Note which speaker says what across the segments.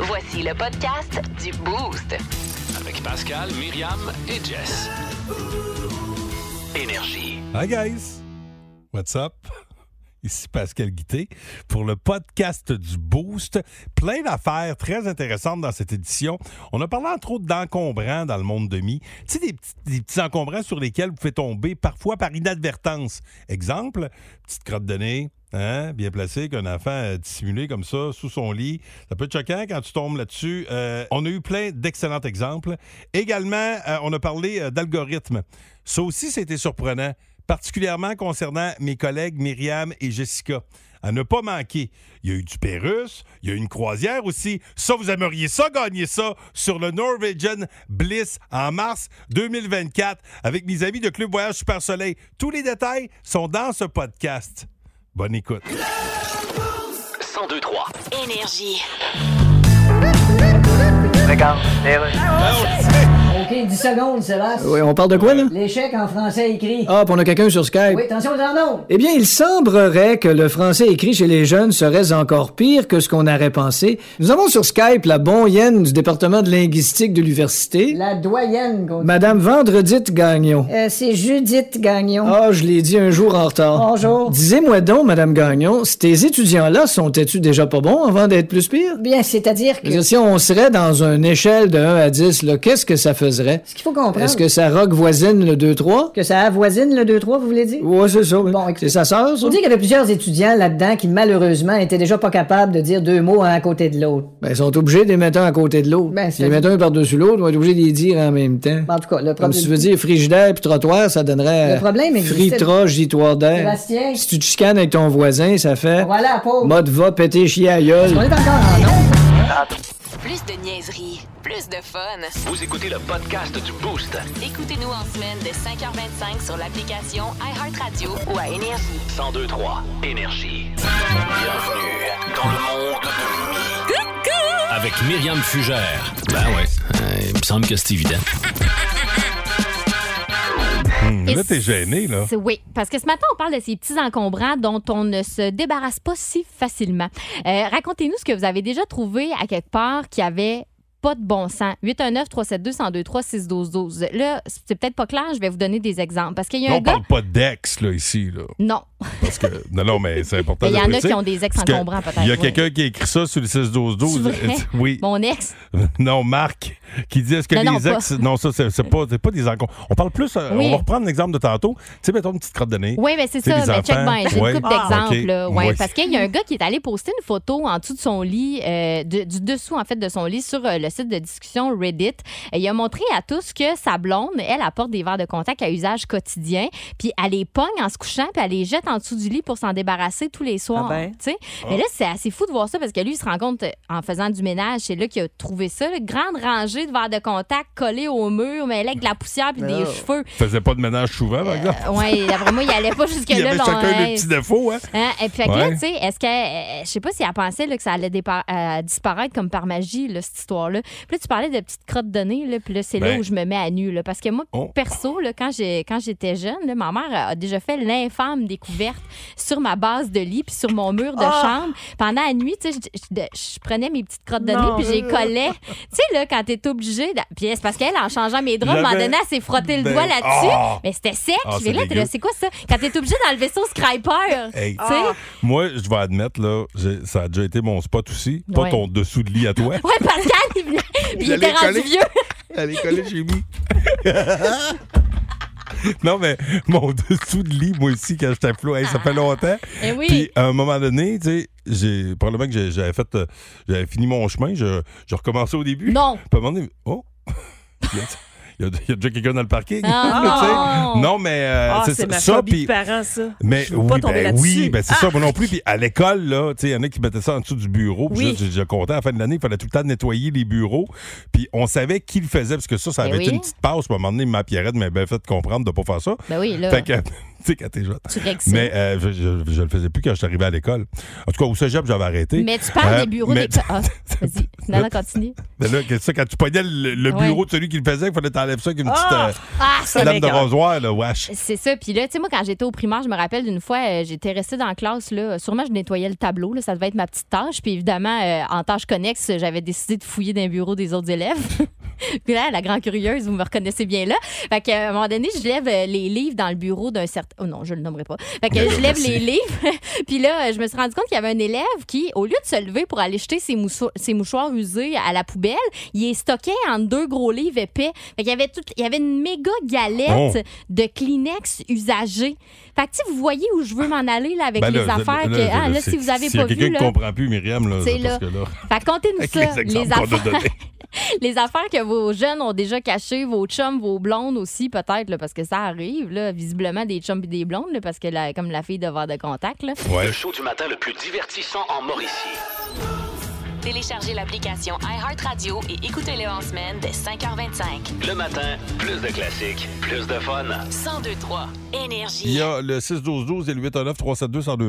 Speaker 1: Voici le podcast du Boost.
Speaker 2: Avec Pascal, Myriam et Jess. Énergie.
Speaker 3: Hi guys! What's up? Ici Pascal Guité pour le podcast du Boost. Plein d'affaires très intéressantes dans cette édition. On a parlé entre autres d'encombrants dans le monde de mi. Tu sais, des petits, des petits encombrants sur lesquels vous pouvez tomber parfois par inadvertance. Exemple, petite crotte de nez, hein, bien placée, qu'un enfant a dissimulé comme ça sous son lit. Ça peut être choquant quand tu tombes là-dessus. Euh, on a eu plein d'excellents exemples. Également, euh, on a parlé euh, d'algorithmes. Ça aussi, c'était surprenant particulièrement concernant mes collègues Myriam et Jessica. À ne pas manquer. Il y a eu du Pérus, il y a eu une croisière aussi. Ça, vous aimeriez ça, gagner ça sur le Norwegian Bliss en mars 2024 avec mes amis de Club Voyage Super Soleil. Tous les détails sont dans ce podcast. Bonne écoute.
Speaker 2: 1023.
Speaker 1: Énergie.
Speaker 4: OK, 10 secondes, Sébastien.
Speaker 5: Oui, Euh, on parle de quoi, là?
Speaker 4: L'échec en français écrit.
Speaker 5: Ah, puis on a quelqu'un sur Skype.
Speaker 4: Oui, attention aux annonces.
Speaker 5: Eh bien, il semblerait que le français écrit chez les jeunes serait encore pire que ce qu'on aurait pensé. Nous avons sur Skype la bonne du département de linguistique de l'université,
Speaker 4: La doyenne, qu'on dit.
Speaker 5: Madame Vendredite Gagnon.
Speaker 6: Euh, c'est Judith Gagnon.
Speaker 5: Ah, je l'ai dit un jour en retard.
Speaker 6: Bonjour.
Speaker 5: Disez-moi donc, Madame Gagnon, ces étudiants-là sont-ils déjà pas bons avant d'être plus pires?
Speaker 6: Bien, c'est-à-dire
Speaker 5: Je
Speaker 6: que
Speaker 5: veux dire, Si on serait dans une échelle de 1 à 10, là, qu'est-ce que ça ferait?
Speaker 6: ce qu'il faut comprendre,
Speaker 5: Est-ce que ça rock voisine le 2-3?
Speaker 6: que ça avoisine le 2-3, vous voulez dire?
Speaker 5: Ouais, c'est ça. oui.
Speaker 6: Bon, écoutez.
Speaker 5: c'est sa sœur, ça?
Speaker 6: On dit qu'il y avait plusieurs étudiants là-dedans qui, malheureusement, étaient déjà pas capables de dire deux mots un à côté de l'autre.
Speaker 5: Ben, ils sont obligés de les mettre un à côté de l'autre.
Speaker 6: Ben,
Speaker 5: Ils les
Speaker 6: c'est-
Speaker 5: mettent un par-dessus l'autre, ils vont être obligés de les dire en même temps.
Speaker 6: En tout cas, le
Speaker 5: Comme
Speaker 6: problème...
Speaker 5: si tu veux dire frigidaire puis trottoir, ça donnerait.
Speaker 6: Le problème existait-
Speaker 5: Fritra, gitoire d'air.
Speaker 6: Sébastien?
Speaker 5: Si tu te chicanes avec ton voisin, ça fait.
Speaker 6: Voilà, pauvre.
Speaker 5: Mode va péter chier à gueule.
Speaker 6: On est encore en nombre.
Speaker 1: Plus de niaiserie, plus de fun.
Speaker 2: Vous écoutez le podcast du Boost.
Speaker 1: Écoutez-nous en semaine de 5h25 sur l'application iHeartRadio ou à Énergie.
Speaker 2: 1023. Énergie. Bienvenue dans le monde de Mi. Avec Myriam Fugère. Ben ouais. il me semble que c'est évident.
Speaker 3: Hum, là, t'es gêné, là.
Speaker 7: C'est- Oui, parce que ce matin, on parle de ces petits encombrants dont on ne se débarrasse pas si facilement. Euh, Racontez-nous ce que vous avez déjà trouvé à quelque part qui avait pas de bon sens. 819-372-1023-612-12. Là, c'est peut-être pas clair, je vais vous donner des exemples. Parce qu'il y a
Speaker 3: Là,
Speaker 7: un
Speaker 3: on
Speaker 7: gars...
Speaker 3: parle pas d'ex, là, ici, là.
Speaker 7: Non,
Speaker 3: Parce que, non, non, mais c'est important.
Speaker 7: Mais il y
Speaker 3: de
Speaker 7: en a
Speaker 3: préciser,
Speaker 7: qui ont des ex
Speaker 3: parce que
Speaker 7: encombrants, peut-être,
Speaker 3: Il y a
Speaker 7: oui.
Speaker 3: quelqu'un qui a écrit ça sur le 6-12-12.
Speaker 7: C'est vrai?
Speaker 3: Euh, Oui.
Speaker 7: mon ex.
Speaker 3: Non, Marc, qui dit est-ce que
Speaker 7: Non, non,
Speaker 3: les ex. Non, ça, c'est c'est pas, c'est pas des encombrants. On parle plus. euh,
Speaker 7: Oui.
Speaker 3: On va reprendre l'exemple de tantôt. Tu sais, mettons une petite crotte de nez.
Speaker 7: Oui, mais c'est
Speaker 3: Tu sais,
Speaker 7: ça.
Speaker 3: les
Speaker 7: Mais
Speaker 3: enfants,
Speaker 7: check bien, j'ai
Speaker 3: ouais.
Speaker 7: une couple
Speaker 3: Ah,
Speaker 7: d'exemples.
Speaker 3: ok.
Speaker 7: là. Ouais,
Speaker 3: Ouais.
Speaker 7: Parce qu'il y a un gars qui est allé poster une photo en dessous de son lit, euh, de- du dessous en fait de son lit sur euh, le site de discussion Reddit. Et il a montré à tous que sa blonde, elle apporte des verres de contact à usage quotidien, puis elle les pogne en se couchant, puis elle les jette en dessous du lit pour s'en débarrasser tous les soirs.
Speaker 8: Ah ben.
Speaker 7: tu sais. Mais là, c'est assez fou de voir ça parce que lui, il se rend compte euh, en faisant du ménage, c'est là qu'il a trouvé ça, là, grande rangée de verres de contact collés au mur, mais avec de la poussière puis des cheveux.
Speaker 3: Faisait pas de ménage souvent, par exemple.
Speaker 7: Oui, d'après moi, il allait pas
Speaker 3: Il y
Speaker 7: jusque-là.
Speaker 3: avait
Speaker 7: là,
Speaker 3: chacun
Speaker 7: on-
Speaker 3: des petits défauts, hein?
Speaker 7: Hein? Et puis, fait que là,
Speaker 3: Ouais.
Speaker 7: tu sais, est-ce que. euh, je sais pas si elle pensait là, que ça allait dépa- euh, disparaître comme par magie, là, cette histoire-là. Puis là, tu parlais de petites crottes de nez, là, puis là, c'est
Speaker 3: Ben.
Speaker 7: là où je me mets à nu, là. Parce que moi,
Speaker 3: Oh.
Speaker 7: perso, là, quand, j'ai, quand j'étais jeune, là, ma mère a déjà fait l'infâme découverte sur ma base de lit, puis sur mon mur de chambre. Pendant la nuit, tu sais, je- je je- je prenais mes petites crottes de nez,
Speaker 8: Non.
Speaker 7: puis je les collais. tu sais, là, quand t'es obligé. de- Puis c'est parce qu'elle, en changeant mes draps, à un moment
Speaker 3: J'avais-
Speaker 7: donné, elle s'est frottée le
Speaker 3: Ben,
Speaker 7: doigt là-dessus.
Speaker 3: ah!
Speaker 7: Mais c'était sec.
Speaker 3: Ah,
Speaker 7: je
Speaker 3: c'est
Speaker 7: vais là, t'es là,
Speaker 3: dégueu.
Speaker 7: c'est quoi ça? Quand t'es obligé d'enlever ça au scraper.
Speaker 3: Hey. Ah.
Speaker 7: Tu sais?
Speaker 3: Moi, je vais admettre, là, j'ai- ça a déjà été mon spot aussi. Pas
Speaker 7: Ouais.
Speaker 3: ton dessous de lit à toi.
Speaker 7: Ouais, Pascal, il venait. Puis il
Speaker 3: J'allais
Speaker 7: était rendu
Speaker 3: coller.
Speaker 7: vieux.
Speaker 3: À l'école, j'ai mis. non, mais mon dessous de lit, moi aussi, quand j'étais flou, hey, ça fait longtemps.
Speaker 7: Eh oui.
Speaker 3: Puis à un moment donné, tu sais, j'ai probablement que j'ai- j'avais fait, euh, j'avais fini mon chemin, je, je recommençais au début.
Speaker 7: Non.
Speaker 3: Puis à un moment donné, oh, il y a, il y a- il y a déjà quelqu'un dans le parking.
Speaker 7: Ah,
Speaker 3: Tu sais, non, mais euh,
Speaker 8: Ah,
Speaker 3: c'est
Speaker 8: c'est ma
Speaker 3: ça.
Speaker 8: phobie
Speaker 3: puis-
Speaker 8: de parents, ça.
Speaker 3: mais
Speaker 8: je veux
Speaker 3: oui,
Speaker 8: pas tomber
Speaker 3: ben,
Speaker 8: là-dessus.
Speaker 3: oui, ben c'est
Speaker 7: Ah!
Speaker 3: ça, moi non plus. Puis à l'école, là, tu sais, il y en a qui mettaient ça en dessous du bureau. Puis
Speaker 8: Oui.
Speaker 3: juste, j'ai déjà compté, à la fin de l'année, il fallait tout le temps nettoyer les bureaux. Puis on savait qui le faisait, parce que ça, ça
Speaker 7: Ben
Speaker 3: avait été
Speaker 7: oui.
Speaker 3: une petite passe. Puis à un moment donné, ma Pierrette m'avait bien fait comprendre de ne pas faire ça.
Speaker 7: Ben oui, là.
Speaker 3: Fait que sais, quand t'es jeune.
Speaker 7: Tu règles ça.
Speaker 3: Mais euh, je, je- je le faisais plus quand je suis arrivé à l'école. En tout cas, au cégep, j'avais arrêté.
Speaker 7: Mais tu parles
Speaker 3: Euh,
Speaker 7: des bureaux
Speaker 3: mais-
Speaker 7: d'école. Ah, vas-y. Non, non, continue.
Speaker 3: Mais là, que ça, quand tu pognais le, le
Speaker 7: Ouais.
Speaker 3: bureau de celui qui le faisait, il fallait t'enlèves ça avec une petite
Speaker 7: Ah,
Speaker 3: euh,
Speaker 7: Ah, c'est
Speaker 3: lame de
Speaker 7: dégueu.
Speaker 3: rasoir, là, wesh.
Speaker 7: C'est ça. Puis là, tu sais, moi, quand j'étais au primaire, je me rappelle d'une fois, euh, j'étais restée dans la classe. Là, sûrement, je nettoyais le tableau. Là, ça devait être ma petite tâche. Puis évidemment, euh, en tâche connexe, j'avais décidé de fouiller dans les bureaux des autres élèves. Puis là, la grande curieuse, vous me reconnaissez bien là. Fait qu'à un moment donné, je lève euh, les livres dans le bureau d'un certain. Oh non, je le nommerai pas. Fait que
Speaker 3: Ben là,
Speaker 7: je lève
Speaker 3: merci.
Speaker 7: les livres. Puis là, euh, je me suis rendu compte qu'il y avait un élève qui, au lieu de se lever pour aller jeter ses, mousseau- ses mouchoirs usés à la poubelle, il est stocké entre deux gros livres épais. Fait qu'il y avait, tout... il y avait une méga galette
Speaker 3: Oh.
Speaker 7: de Kleenex usagés. Fait que, tu sais, vous voyez où je veux m'en aller là, avec
Speaker 3: Ben
Speaker 7: les
Speaker 3: là,
Speaker 7: affaires.
Speaker 3: là,
Speaker 7: que, ah,
Speaker 3: là,
Speaker 7: là,
Speaker 3: c'est-
Speaker 7: si vous avez
Speaker 3: s'il
Speaker 7: pas
Speaker 3: y a
Speaker 7: vu.
Speaker 3: quelqu'un
Speaker 7: Là,
Speaker 3: qui comprend plus, Myriam, là,
Speaker 7: C'est
Speaker 3: c'est parce
Speaker 7: là.
Speaker 3: que là,
Speaker 7: fait que comptez-nous
Speaker 3: avec
Speaker 7: ça,
Speaker 3: les exemples qu'on a
Speaker 7: affaires.
Speaker 3: donnés.
Speaker 7: les affaires que vos jeunes ont déjà cachées, vos chums, vos blondes aussi, peut-être, là, parce que ça arrive, là, visiblement, des chums et des blondes, là, parce que, la- comme la fille de verre de contact, là.
Speaker 3: Ouais.
Speaker 2: Le show du matin le plus divertissant en Mauricie.
Speaker 1: Téléchargez l'application iHeartRadio et écoutez-le en semaine dès 5h25.
Speaker 2: Le matin, plus de classiques, plus de fun.
Speaker 1: 1023
Speaker 3: Il
Speaker 1: Énergie.
Speaker 3: y a le 6-12-12 et le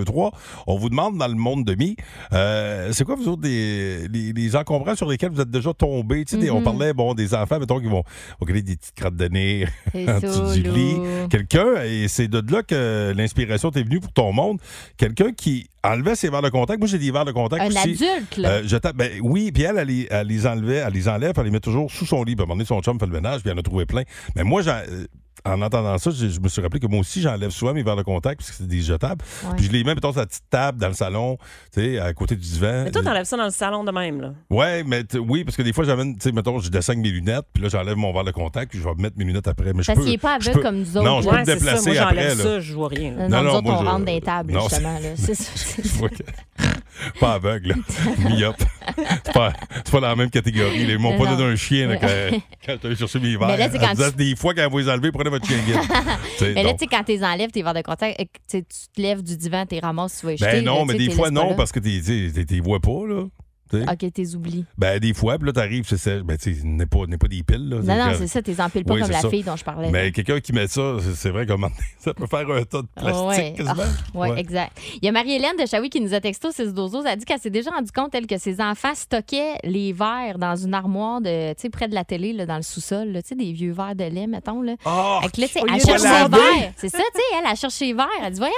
Speaker 3: 819-372-1023. On vous demande dans le monde de mi, euh, c'est quoi, vous autres, des, les, les encombrants sur lesquels vous êtes déjà tombés? Tu sais, des- On
Speaker 7: Mhm.
Speaker 3: parlait bon, des enfants, mettons, qui vont, vont créer des petites crottes de nez
Speaker 7: C'est
Speaker 3: en dessous du
Speaker 7: ça,
Speaker 3: lit.
Speaker 7: là.
Speaker 3: Quelqu'un, et c'est de là que l'inspiration t'est venue pour ton monde, quelqu'un qui enlevait ses verres de contact. Moi, j'ai des verres de contact
Speaker 7: Un
Speaker 3: aussi.
Speaker 7: adulte, là.
Speaker 3: Euh, je tape- ben oui, puis elle, elle, les- elle les enlevait, elle les enlève, puis elle les met toujours sous son lit. Puis à un moment donné, son chum fait le ménage, puis elle en a trouvé plein. Mais moi, j'en- euh, en entendant ça, je, je me suis rappelé que moi aussi, j'enlève souvent mes verres de contact, parce que c'est des jetables.
Speaker 7: Ouais.
Speaker 3: Puis je les mets, mettons, sur la petite table dans le salon, tu sais, à côté du divan.
Speaker 8: Mais toi, t'enlèves ça dans le salon de même, là.
Speaker 3: Ouais, mais t- oui, parce que des fois, j'amène, tu sais, mettons, je dessine mes lunettes, puis là, j'enlève mon verre de contact, puis je vais mettre mes lunettes après. Mais je
Speaker 7: Parce
Speaker 3: peux.
Speaker 7: qu'il n'est pas
Speaker 3: je
Speaker 7: aveugle
Speaker 3: peux-
Speaker 7: comme nous autres.
Speaker 3: Non, je peux
Speaker 7: là.
Speaker 8: Ouais,
Speaker 3: me
Speaker 8: c'est ça.
Speaker 3: déplacer
Speaker 8: Moi,
Speaker 3: après.
Speaker 8: j'enlève
Speaker 3: là.
Speaker 8: ça, je vois rien. là.
Speaker 7: Non,
Speaker 3: Non,
Speaker 7: nous
Speaker 3: non,
Speaker 7: autres,
Speaker 3: moi,
Speaker 7: on
Speaker 3: je-
Speaker 7: rentre dans les tables,
Speaker 3: Non,
Speaker 7: justement. Là. C'est ça. c'est ça.
Speaker 3: Ok. pas aveugle, là. myope. C'est pas, c'est pas dans la même catégorie. là. Ils m'ont
Speaker 7: Non,
Speaker 3: pas
Speaker 7: non.
Speaker 3: donné un chien là, quand, quand j'étais allé chercher mes verres.
Speaker 7: là, c'est
Speaker 3: Elle
Speaker 7: quand
Speaker 3: disait,
Speaker 7: tu-
Speaker 3: Des fois, quand vous les enlevez, prenez votre chien guide. Tu sais,
Speaker 7: Mais là,
Speaker 3: donc.
Speaker 7: tu sais, quand tu les enlèves, tes verres de contact, euh, tu sais, tu te lèves du divan, tu les ramasses, tu vas les jeter.
Speaker 3: ben
Speaker 7: là,
Speaker 3: non,
Speaker 7: tu
Speaker 3: mais
Speaker 7: sais,
Speaker 3: des
Speaker 7: t'es
Speaker 3: fois,
Speaker 7: laisses pas
Speaker 3: non,
Speaker 7: là.
Speaker 3: parce que t'es- t'es- t'es- t'es vois pas, là. Tu sais.
Speaker 7: OK, t'es oublié.
Speaker 3: Ben, des fois, puis là, t'arrives, c'est ça. Ben, tu sais, n'est pas, n'est pas des piles, là.
Speaker 7: Non, non,
Speaker 3: quand-
Speaker 7: c'est ça, t'es empiles pas
Speaker 3: Oui,
Speaker 7: comme
Speaker 3: c'est
Speaker 7: la
Speaker 3: ça.
Speaker 7: fille dont je parlais.
Speaker 3: Mais quelqu'un qui met ça, c'est- c'est vrai comment ça peut faire un tas de plastique
Speaker 7: Ah Ouais.
Speaker 3: quasiment.
Speaker 7: Oui,
Speaker 3: Ouais.
Speaker 7: exact. Il y a Marie-Hélène de Chaoui qui nous a texto 6 dozos. Elle dit qu'elle s'est déjà rendu compte, elle, que ses enfants stockaient les verres dans une armoire de, tu sais, près de la télé, là, dans le sous-sol. là. Tu sais, des vieux verres de lait, mettons. Là.
Speaker 3: Ah!
Speaker 7: Fait que là, tu sais,
Speaker 8: Au lieu
Speaker 7: elle
Speaker 8: de
Speaker 7: cherche ses
Speaker 8: laver.
Speaker 7: verres. C'est ça, tu sais, elle, elle cherche ses verres. Elle dit, voyons.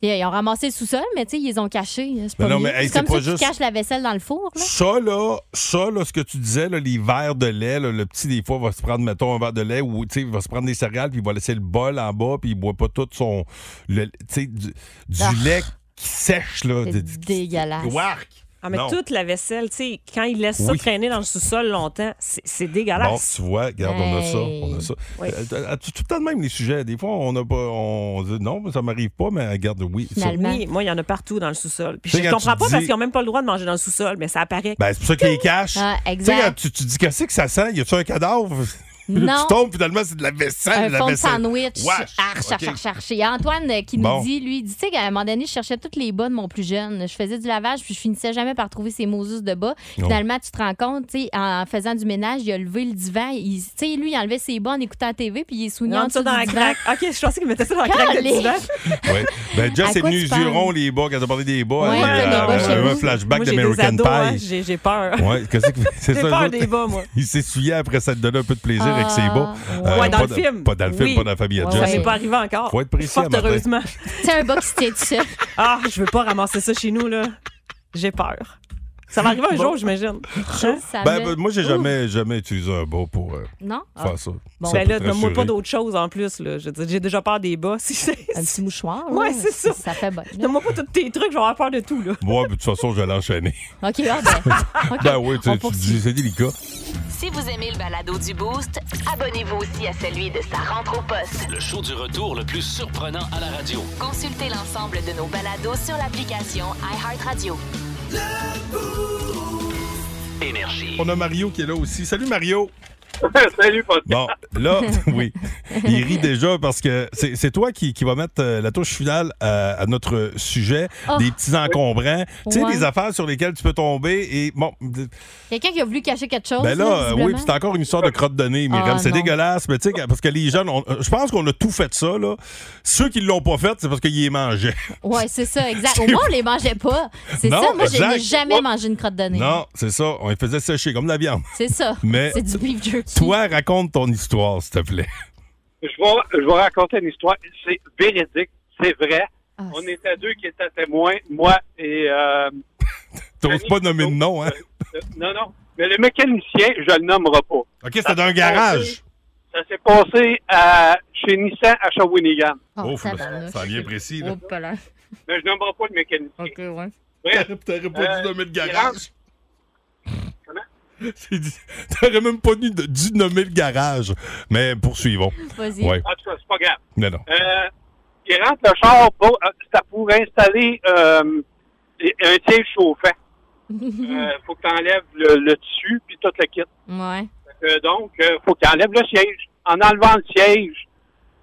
Speaker 7: Puis, euh, Ils ont ramassé le sous-sol, mais tu sais, ils les ont cachés. C'est pas
Speaker 3: Mais Ben non,
Speaker 7: mieux.
Speaker 3: mais, hey,
Speaker 7: C'est comme
Speaker 3: c'est pas
Speaker 7: si tu
Speaker 3: juste-
Speaker 7: caches la vaisselle dans le four. Là.
Speaker 3: Ça, là, ça, là, ce que tu disais, là, les verres de lait, là, le petit, des fois, va se prendre, mettons, un verre de lait ou, tu sais, il va se prendre des céréales, puis il va laisser le bol en bas, puis il boit pas tout son. le- tu sais, du, du
Speaker 7: Ah.
Speaker 3: lait qui sèche, là.
Speaker 7: C'est
Speaker 3: de- qui-
Speaker 7: dégueulasse.
Speaker 3: Ouark!
Speaker 8: Ah, mais
Speaker 3: Non.
Speaker 8: toute la vaisselle, tu sais, quand ils laissent ça
Speaker 3: Oui.
Speaker 8: traîner dans le sous-sol longtemps, c'est c'est
Speaker 3: Bon,
Speaker 8: dégueulasse.
Speaker 3: tu vois, regarde, on a ça, on a ça.
Speaker 8: Oui.
Speaker 3: Euh, euh, tout, tout le temps de même les sujets. Des fois, on n'a pas, on dit non, ça m'arrive pas, mais regarde, oui. ça.
Speaker 7: Finalement.
Speaker 8: Oui, moi, il y en a partout dans le sous-sol. Puis
Speaker 3: Tu sais,
Speaker 8: je
Speaker 3: quand
Speaker 8: comprends
Speaker 3: tu
Speaker 8: pas
Speaker 3: dis-
Speaker 8: parce qu'ils ont même pas le droit de manger dans le sous-sol, mais ça apparaît.
Speaker 3: Ben, c'est pour ça qu'ils les cachent.
Speaker 7: Ah,
Speaker 3: Tu sais, quand
Speaker 7: exact.
Speaker 3: tu, tu dis qu'est-ce que ça sent, y a-tu un cadavre?
Speaker 7: Non.
Speaker 3: tu tombes, finalement, c'est de la vaisselle.
Speaker 7: un
Speaker 3: de la
Speaker 7: fond de
Speaker 3: vaisselle.
Speaker 7: sandwich.
Speaker 3: Wesh,
Speaker 7: Arche, arche,
Speaker 3: ok.
Speaker 7: arche, arche. Il y a Antoine euh, qui
Speaker 3: Bon.
Speaker 7: nous dit, lui, il dit, tu sais, qu'à un moment donné, je cherchais toutes les bas de mon plus jeune. Je faisais du lavage, puis je finissais jamais par trouver ces Moses de bas.
Speaker 3: Non.
Speaker 7: Finalement, tu te rends compte, tu sais, en faisant du ménage, il a levé le divan. Il- Tu sais, lui, il enlevait ses bas en écoutant la TV, puis il est soumis en
Speaker 8: Non, ça
Speaker 7: dessous
Speaker 8: dans la
Speaker 7: du divan.
Speaker 8: craque. OK, je pensais qu'ils mettaient ça dans la craque hein. de
Speaker 7: Calé.
Speaker 8: divan.
Speaker 3: Ouais. Ben, Jess
Speaker 7: À
Speaker 3: est
Speaker 7: quoi
Speaker 3: venu
Speaker 7: tu parles?
Speaker 3: juron les bas quand t'as parlé des bas.
Speaker 7: Ouais,
Speaker 3: elle,
Speaker 7: t'as des
Speaker 3: euh,
Speaker 7: bas chez
Speaker 3: un
Speaker 7: vous.
Speaker 3: d'American
Speaker 8: Moi, j'ai des ados, hein,
Speaker 3: Pie.
Speaker 8: j'ai- j'ai peur.
Speaker 3: Ouais, qu'est-ce que c'est
Speaker 8: J'ai
Speaker 3: ça?
Speaker 8: peur
Speaker 3: eux
Speaker 8: des
Speaker 3: autres.
Speaker 8: bas, moi.
Speaker 3: Il s'essuyait après ça te donnait un peu de plaisir avec ses bas.
Speaker 7: Ah,
Speaker 8: ouais, dans
Speaker 3: Euh, pas
Speaker 8: le
Speaker 3: de-
Speaker 8: film.
Speaker 3: Pas dans le film,
Speaker 8: Oui.
Speaker 3: pas dans la famille à
Speaker 7: Ouais,
Speaker 8: Ça
Speaker 3: Jess.
Speaker 8: m'est pas arrivé encore.
Speaker 3: Faut être précis,
Speaker 8: Fort
Speaker 3: à matin.
Speaker 8: heureusement.
Speaker 7: Tu sais, un bas qui se tient tout seul.
Speaker 8: Ah, je veux pas ramasser ça chez nous, là. J'ai peur. Ça va arriver un jour, j'imagine. Hein?
Speaker 7: Ça
Speaker 3: Ben,
Speaker 7: me-
Speaker 3: ben, moi, j'ai jamais, jamais utilisé un bas pour euh,
Speaker 7: Non? Ah,
Speaker 3: faire ça.
Speaker 7: Bon.
Speaker 3: Ça
Speaker 8: Ben
Speaker 3: peut
Speaker 8: là,
Speaker 3: te
Speaker 8: donne-moi pas
Speaker 3: rassurer.
Speaker 8: d'autre chose en plus, là. Je veux dire, j'ai déjà peur des bas. Si c'est-
Speaker 7: un petit mouchoir.
Speaker 8: Ouais,
Speaker 7: là,
Speaker 8: c'est ça.
Speaker 7: Ça fait bon. là.
Speaker 8: Donne-moi pas tous tes trucs, je vais avoir peur de tout, là.
Speaker 3: Moi, de toute façon, je vais l'enchaîner.
Speaker 7: OK, ah, ben, OK.
Speaker 3: Ben oui, tu,
Speaker 7: On
Speaker 3: tu
Speaker 7: poursuit.
Speaker 3: dis, c'est délicat.
Speaker 1: Si vous aimez le balado du Boost, abonnez-vous aussi à celui de sa rentre au poste.
Speaker 2: Le show du retour le plus surprenant à la radio.
Speaker 1: Consultez l'ensemble de nos balados sur l'application iHeartRadio.
Speaker 2: Énergie.
Speaker 3: On a Mario qui est là aussi. Salut, Mario.
Speaker 9: Salut, Pascal.
Speaker 3: Bon, là, Ah, oui. Il rit déjà parce que c'est c'est toi qui, qui va mettre euh, la touche finale euh, à, à notre sujet,
Speaker 7: Oh.
Speaker 3: des petits encombrants. Tu sais,
Speaker 7: Ouais.
Speaker 3: des affaires sur lesquelles tu peux tomber et bon. d-
Speaker 7: Quelqu'un qui a voulu cacher quelque chose.
Speaker 3: Ben là, euh, oui,
Speaker 7: visiblement.
Speaker 3: puis c'est encore une histoire de crotte de nez, Myriam.
Speaker 7: Ah,
Speaker 3: c'est
Speaker 7: non.
Speaker 3: dégueulasse, mais tu sais, parce que les jeunes, on- euh, je pense qu'on a tout fait ça, là. Ceux qui l'ont pas fait, c'est parce qu'ils les mangeaient.
Speaker 7: Ouais, c'est ça, exact. Au moins, on les mangeait pas. C'est
Speaker 3: Non,
Speaker 7: ça. Moi, je
Speaker 3: exact. Oh.
Speaker 7: n'ai jamais mangé une crotte de nez.
Speaker 3: Non, c'est ça. On les faisait sécher comme de la viande.
Speaker 7: C'est ça.
Speaker 3: Mais
Speaker 7: C'est du beef jerky.
Speaker 3: toi, raconte ton histoire, s'il te plaît.
Speaker 9: Je vais, je vais raconter une histoire. C'est véridique, c'est vrai.
Speaker 7: Ah,
Speaker 9: On était deux qui étaient témoins, moi et... euh,
Speaker 3: T'oses pas nommer de nom, hein?
Speaker 9: euh, non, non. Mais le mécanicien, je le nommerai pas.
Speaker 3: OK, c'était dans un garage.
Speaker 9: Ça s'est passé à, chez Nissan à Shawinigan.
Speaker 7: oh,
Speaker 3: Ouf, ça
Speaker 7: tabarnouche.
Speaker 3: ça vient précis, là.
Speaker 7: Oh, pas là.
Speaker 9: Mais je nommerai pas le mécanicien.
Speaker 7: OK, ouais.
Speaker 9: Bref,
Speaker 3: T'aurais
Speaker 9: pas dû Euh, nommer le garage. Comment?
Speaker 3: T'aurais même pas dû, dû nommer le garage. Mais poursuivons.
Speaker 7: Vas-y.
Speaker 3: Ouais.
Speaker 9: en tout cas, c'est pas grave.
Speaker 3: Non, non.
Speaker 9: Euh, il rentre le char pour, euh, c'était pour installer euh, un siège chauffant.
Speaker 7: Mhm.
Speaker 9: Euh, faut que tu enlèves le, le tissu puis tout le kit.
Speaker 7: Ouais.
Speaker 9: Euh, donc, euh, faut qu'il enlève le siège. En enlevant le siège,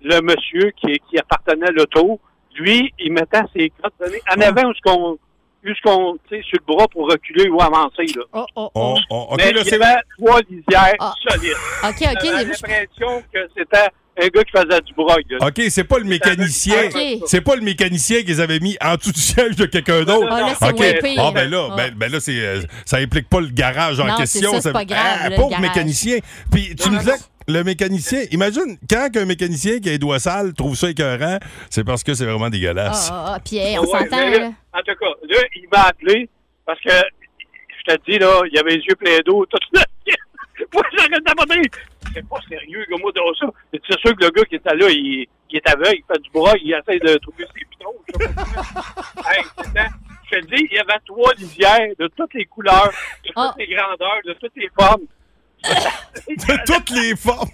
Speaker 9: le monsieur qui, qui appartenait à l'auto, lui, il mettait ses crottes de nez en avant où ce qu'on, où ce qu'on, tu sais, sur le bras pour reculer ou avancer, là.
Speaker 7: Oh, oh, oh.
Speaker 3: On- on- OK,
Speaker 9: Mais
Speaker 3: là,
Speaker 9: il y
Speaker 3: c'est...
Speaker 9: avait trois lisières
Speaker 7: Ah.
Speaker 9: solides.
Speaker 7: OK, OK.
Speaker 9: J'avais
Speaker 7: je-
Speaker 9: l'impression que c'était un gars qui faisait du brogue. là.
Speaker 3: OK, c'est pas le mécanicien.
Speaker 7: OK.
Speaker 3: C'est pas le mécanicien qu'ils avaient mis en dessous du siège de quelqu'un
Speaker 7: Ah,
Speaker 3: d'autre.
Speaker 7: là, c'est
Speaker 3: OK.
Speaker 7: way pire.
Speaker 3: Ah, ben là, ben,
Speaker 7: Ah.
Speaker 3: ben là c'est, euh, ça implique pas le garage en
Speaker 7: Non, c'est
Speaker 3: question.
Speaker 7: ça, c'est pas grave,
Speaker 3: Ah,
Speaker 7: le
Speaker 3: pauvre
Speaker 7: garage.
Speaker 3: mécanicien. Puis tu
Speaker 9: Non,
Speaker 3: me
Speaker 9: non,
Speaker 3: disais
Speaker 9: non.
Speaker 3: que le mécanicien, imagine, quand un mécanicien qui a les doigts sales trouve ça écœurant, c'est parce que c'est vraiment
Speaker 7: Ah,
Speaker 3: dégueulasse.
Speaker 7: ah, ah. Puis, hey, on
Speaker 9: Ouais,
Speaker 7: s'entend,
Speaker 9: mais là,
Speaker 7: là.
Speaker 9: En tout cas, là, il m'a appelé parce que, je te dis, là, il avait les yeux pleins d'eau, tout ça. Moi, j'arrête d'aborder. C'est pas sérieux, comme moi, dans ça. Mais C'est sûr que le gars qui était là, il, qui est aveugle, il fait du bras, il essaie de trouver ses pitons. je sais pas comment. Hey, c'était- je te dis, il y avait trois lisières de toutes les couleurs, de toutes
Speaker 7: Ah.
Speaker 9: les grandeurs, de toutes les formes.
Speaker 3: De toutes les formes.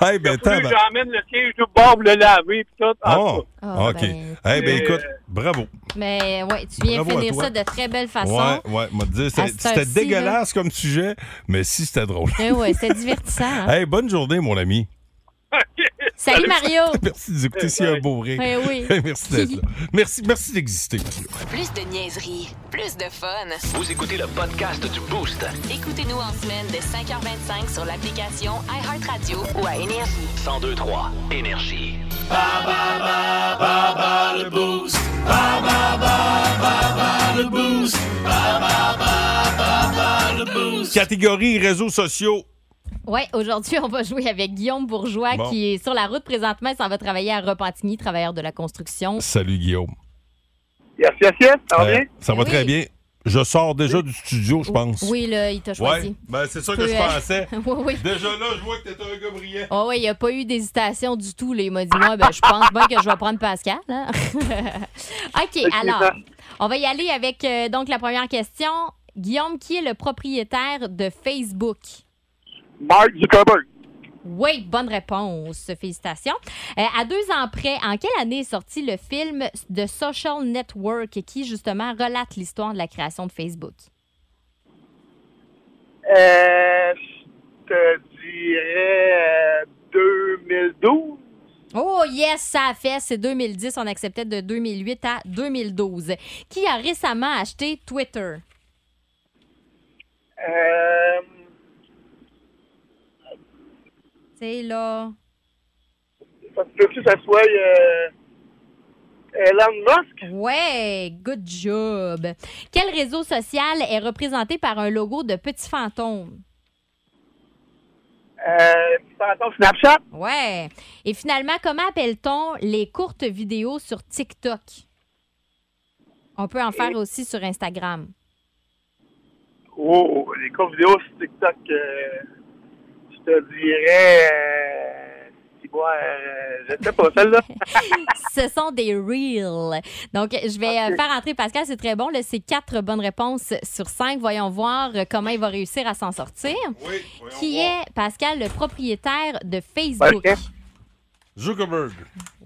Speaker 7: Ah,
Speaker 3: Hey, ben,
Speaker 9: Il a fallu
Speaker 3: tabarnak.
Speaker 9: que j'emmène le siège du bord pour le laver, puis tout. En
Speaker 3: Oh,
Speaker 9: tout cas,
Speaker 7: Ah,
Speaker 3: OK.
Speaker 7: ben,
Speaker 3: Eh bien,
Speaker 9: euh,
Speaker 3: écoute, bravo.
Speaker 7: Mais ouais, tu viens
Speaker 3: Bravo à
Speaker 7: finir
Speaker 3: toi.
Speaker 7: ça de très belle façon.
Speaker 3: Ouais, ouais, m'a dit, c'était-
Speaker 7: à cette
Speaker 3: c'était
Speaker 7: heure-ci, là.
Speaker 3: dégueulasse comme sujet, mais si c'était drôle.
Speaker 7: Eh ouais, c'est divertissant. hein.
Speaker 3: Hey, bonne journée, mon ami.
Speaker 7: Salut Mario.
Speaker 3: Merci de nous écouter, c'est un beau rire.
Speaker 7: Eh oui.
Speaker 3: Merci d'être là. Merci, merci d'exister.
Speaker 1: Plus de niaiserie, plus de fun.
Speaker 2: Vous écoutez le podcast du Boost.
Speaker 1: Écoutez-nous en semaine de 5h25 sur l'application iHeartRadio ou à Énergie.
Speaker 2: 1023 Énergie.
Speaker 3: Catégorie réseaux sociaux.
Speaker 7: Ouais, aujourd'hui, on va jouer avec Guillaume Bourgeois
Speaker 3: Bon.
Speaker 7: qui est sur la route présentement. Il s'en va travailler à Repentigny, travailleur de la construction.
Speaker 3: Salut, Guillaume.
Speaker 9: yes, yes, yes, ça va
Speaker 3: Euh,
Speaker 9: bien?
Speaker 3: ça va
Speaker 7: Oui.
Speaker 3: très bien. Je sors déjà du studio, je pense.
Speaker 7: Oui, là, il t'a choisi.
Speaker 3: Ouais, ben, c'est ça
Speaker 7: Peu,
Speaker 3: que je
Speaker 7: euh,
Speaker 3: pensais.
Speaker 7: Oui, oui.
Speaker 3: Déjà là, je vois que t'es un gars brillant.
Speaker 7: Oh, ouais, il n'y a pas eu d'hésitation du tout. là. Il m'a dit, moi, ben, je pense bien que je vais prendre Pascal. hein. OK, alors, on va y aller avec euh, donc la première question. Guillaume, qui est le propriétaire de Facebook?
Speaker 9: Mark Zuckerberg,
Speaker 7: Oui, bonne réponse. Félicitations. Euh, à deux ans près, en quelle année est sorti le film de Social Network qui, justement, relate l'histoire de la création de Facebook?
Speaker 9: Euh, je te dirais euh, 2012.
Speaker 7: Oh yes, ça a fait. C'est 2010. On acceptait de 2008 à 2012. Qui a récemment acheté Twitter?
Speaker 9: Euh,
Speaker 7: C'est là.
Speaker 9: ça se peut que ça soit euh, Elon Musk.
Speaker 7: Ouais, good job. Quel réseau social est représenté par un logo de petit fantôme?
Speaker 9: Euh, pardon, Snapchat.
Speaker 7: Ouais. Et finalement, comment appelle-t-on les courtes vidéos sur TikTok? On peut en faire aussi sur Instagram.
Speaker 9: Oh, les cours vidéo sur TikTok. euh, je te dirais. Euh, c'est moi, euh, je sais pas, celle-là.
Speaker 7: Ce sont des reels. Donc, je vais euh, faire entrer Pascal, c'est très bon. là. C'est quatre bonnes réponses sur cinq. Voyons voir euh, comment il va réussir à s'en sortir.
Speaker 3: Oui,
Speaker 7: Qui est, Pascal, le propriétaire de Facebook?
Speaker 9: Pascal.
Speaker 3: Zuckerberg.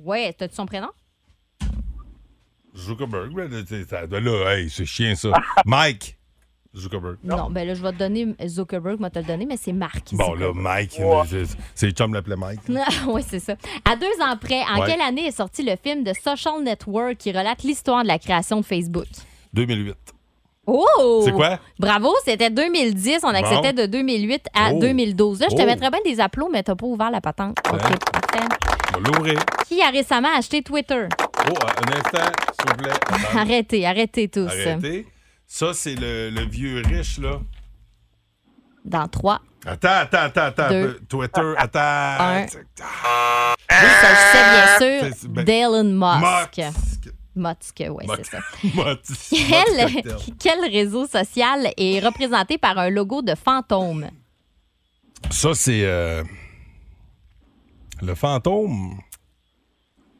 Speaker 7: Ouais, t'as-tu son prénom?
Speaker 3: Zuckerberg, ben, c'est- ça- là, hey, c'est chien, ça. Mike. Zuckerberg.
Speaker 7: Non. ben là, je vais te donner Zuckerberg, m'a te le donné, mais c'est Mark.
Speaker 3: Bon, là, Mike, c'est- c'est Chum l'appelait Mike.
Speaker 7: oui, Ah, c'est ça. À deux ans près, en
Speaker 3: Ouais.
Speaker 7: quelle année est sorti le film de Social Network qui relate l'histoire de la création de Facebook?
Speaker 3: 2008.
Speaker 7: Oh!
Speaker 3: C'est quoi?
Speaker 7: Bravo, c'était 2010. On acceptait de 2008 à
Speaker 3: Oh.
Speaker 7: 2012. Là, je te
Speaker 3: Oh.
Speaker 7: mettrais bien des applaudissements, mais t'as pas ouvert la patente. OK,
Speaker 3: Hein?
Speaker 7: parfait.
Speaker 3: On va l'ouvrir.
Speaker 7: Qui a récemment acheté Twitter?
Speaker 3: Oh, un instant, s'il vous plaît. Attends.
Speaker 7: Arrêtez, arrêtez tous.
Speaker 3: Ah. Arrêtez. Ça, c'est le, le vieux riche, là.
Speaker 7: Dans trois.
Speaker 3: Attends, attends, attends, attends. un
Speaker 7: Deux. ah,
Speaker 3: peu. Twitter, attends.
Speaker 7: Un.
Speaker 3: Ah,
Speaker 7: Oui, ça, je sais bien
Speaker 3: C'est-
Speaker 7: sûr.
Speaker 3: ben-
Speaker 7: Dylan Musk.
Speaker 3: Musk.
Speaker 7: Musk, oui,
Speaker 3: Musk.
Speaker 7: c'est ça.
Speaker 3: Musk.
Speaker 7: Quel,
Speaker 3: Musk cocktail.
Speaker 7: quel réseau social est représenté par un logo de fantôme?
Speaker 3: Ça, c'est. euh, le fantôme.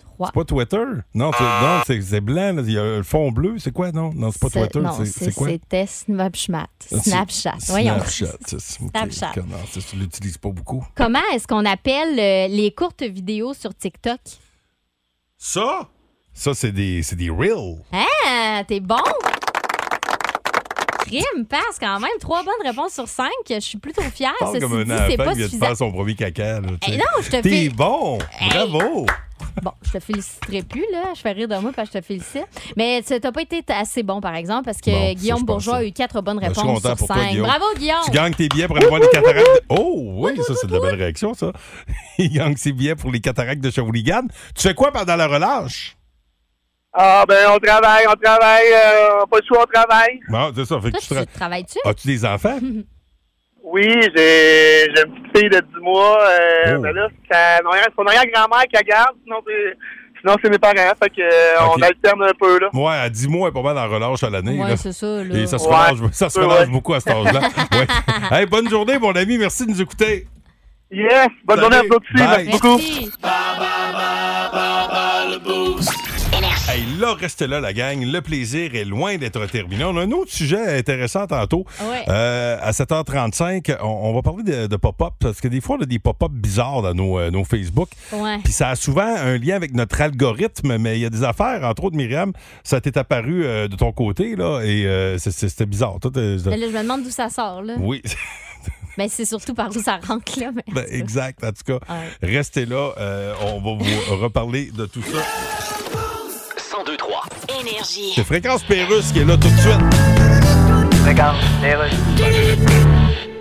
Speaker 7: Trois. Ah.
Speaker 3: C'est pas Twitter? Non, c'est- non, c'est c'est blanc. là. Il y a le fond bleu. C'est quoi? Non, non c'est pas
Speaker 7: C'est-
Speaker 3: Twitter.
Speaker 7: non,
Speaker 3: c'est-
Speaker 7: c'est-
Speaker 3: C'est quoi? Ah,
Speaker 7: C'était Snapchat.
Speaker 3: C'est-
Speaker 7: Snapchat. Voyons.
Speaker 3: Snapchat. c'est- c'est-
Speaker 7: Snapchat.
Speaker 3: Comment, c'est- Tu l'utilises pas beaucoup.
Speaker 7: Comment est-ce qu'on appelle euh, les courtes vidéos sur TikTok?
Speaker 3: Ça? Ça, c'est des, c'est des reels.
Speaker 7: Ah, t'es bon! Crime, passe quand même. Trois bonnes réponses sur cinq. Je suis plutôt fière.
Speaker 3: Parle
Speaker 7: Ceci
Speaker 3: comme un
Speaker 7: dit, Ah, c'est
Speaker 3: enfant
Speaker 7: pas
Speaker 3: qui vient de
Speaker 7: suffisant.
Speaker 3: faire son premier caca. là, tu
Speaker 7: Eh
Speaker 3: sais.
Speaker 7: non, je te
Speaker 3: T'es
Speaker 7: fais.
Speaker 3: bon!
Speaker 7: Hey!
Speaker 3: Bravo!
Speaker 7: Bon, je te féliciterai plus, là. Je fais rire de moi parce que je te félicite. Mais tu- t'as pas été assez bon, par exemple, parce que
Speaker 3: Bon, ça, je
Speaker 7: Guillaume Bourgeois
Speaker 3: pensais.
Speaker 7: a eu quatre bonnes
Speaker 3: Ben, je suis
Speaker 7: réponses
Speaker 3: content
Speaker 7: sur
Speaker 3: pour toi,
Speaker 7: cinq.
Speaker 3: Guillaume.
Speaker 7: Bravo, Guillaume!
Speaker 3: Tu gagnes tes billets pour aller voir les cataractes. de- Oh oui, ça c'est de la belle réaction, ça. Il gagne ses billets pour les cataractes de Shawligan. Tu fais quoi pendant la relâche?
Speaker 9: Ah, ben, on travaille, on travaille, euh, pas de choix, on travaille.
Speaker 3: Bon, c'est ça. Fait que
Speaker 7: Toi,
Speaker 3: tu
Speaker 7: tu
Speaker 3: tra-
Speaker 7: travailles-tu?
Speaker 3: As-tu des enfants?
Speaker 9: Oui, j'ai j'ai une petite fille de 10 mois. Euh,
Speaker 3: Oh.
Speaker 9: Ben là, c'est mon arrière- son arrière-grand-mère qui la garde. Sinon, c'est sinon, c'est mes parents. Fait que, euh,
Speaker 3: Ok.
Speaker 9: on alterne un peu, là.
Speaker 3: Ouais, à 10 mois, elle est pas mal en relâche à l'année. là.
Speaker 7: Oui, c'est ça, là.
Speaker 3: Et ça se
Speaker 9: Ouais.
Speaker 3: relâche, ça se
Speaker 9: Ouais.
Speaker 3: relâche beaucoup à cet âge-là. Ouais. Hey, bonne journée, mon ami. Merci de nous écouter.
Speaker 9: Yes! Bonne
Speaker 3: Salut.
Speaker 9: journée à vous aussi.
Speaker 3: Bye.
Speaker 9: Merci beaucoup.
Speaker 7: Merci.
Speaker 3: Hey, là, reste là, la gang. Le plaisir est loin d'être terminé. On a un autre sujet intéressant tantôt.
Speaker 7: Ouais.
Speaker 3: Euh, à 7h35, on, on va parler de, de pop-up parce que des fois, on a des pop-up bizarres dans nos, euh, nos Facebook.
Speaker 7: Ouais.
Speaker 3: Puis ça a souvent un lien avec notre algorithme, mais il y a des affaires, entre autres, Myriam, ça t'est apparu euh, de ton côté, là, et euh, c'est- c'est- c'était bizarre. Toi, t'es-
Speaker 7: Mais là, je me demande d'où ça sort, là.
Speaker 3: oui,
Speaker 7: Mais c'est surtout par où ça rentre, là. mais-
Speaker 3: ben, exact, en tout cas.
Speaker 7: Ouais.
Speaker 3: Restez là, euh, on va vous reparler de tout ça.
Speaker 2: 1023.
Speaker 1: Énergie.
Speaker 3: C'est Fréquence Pérusse qui est là tout de suite.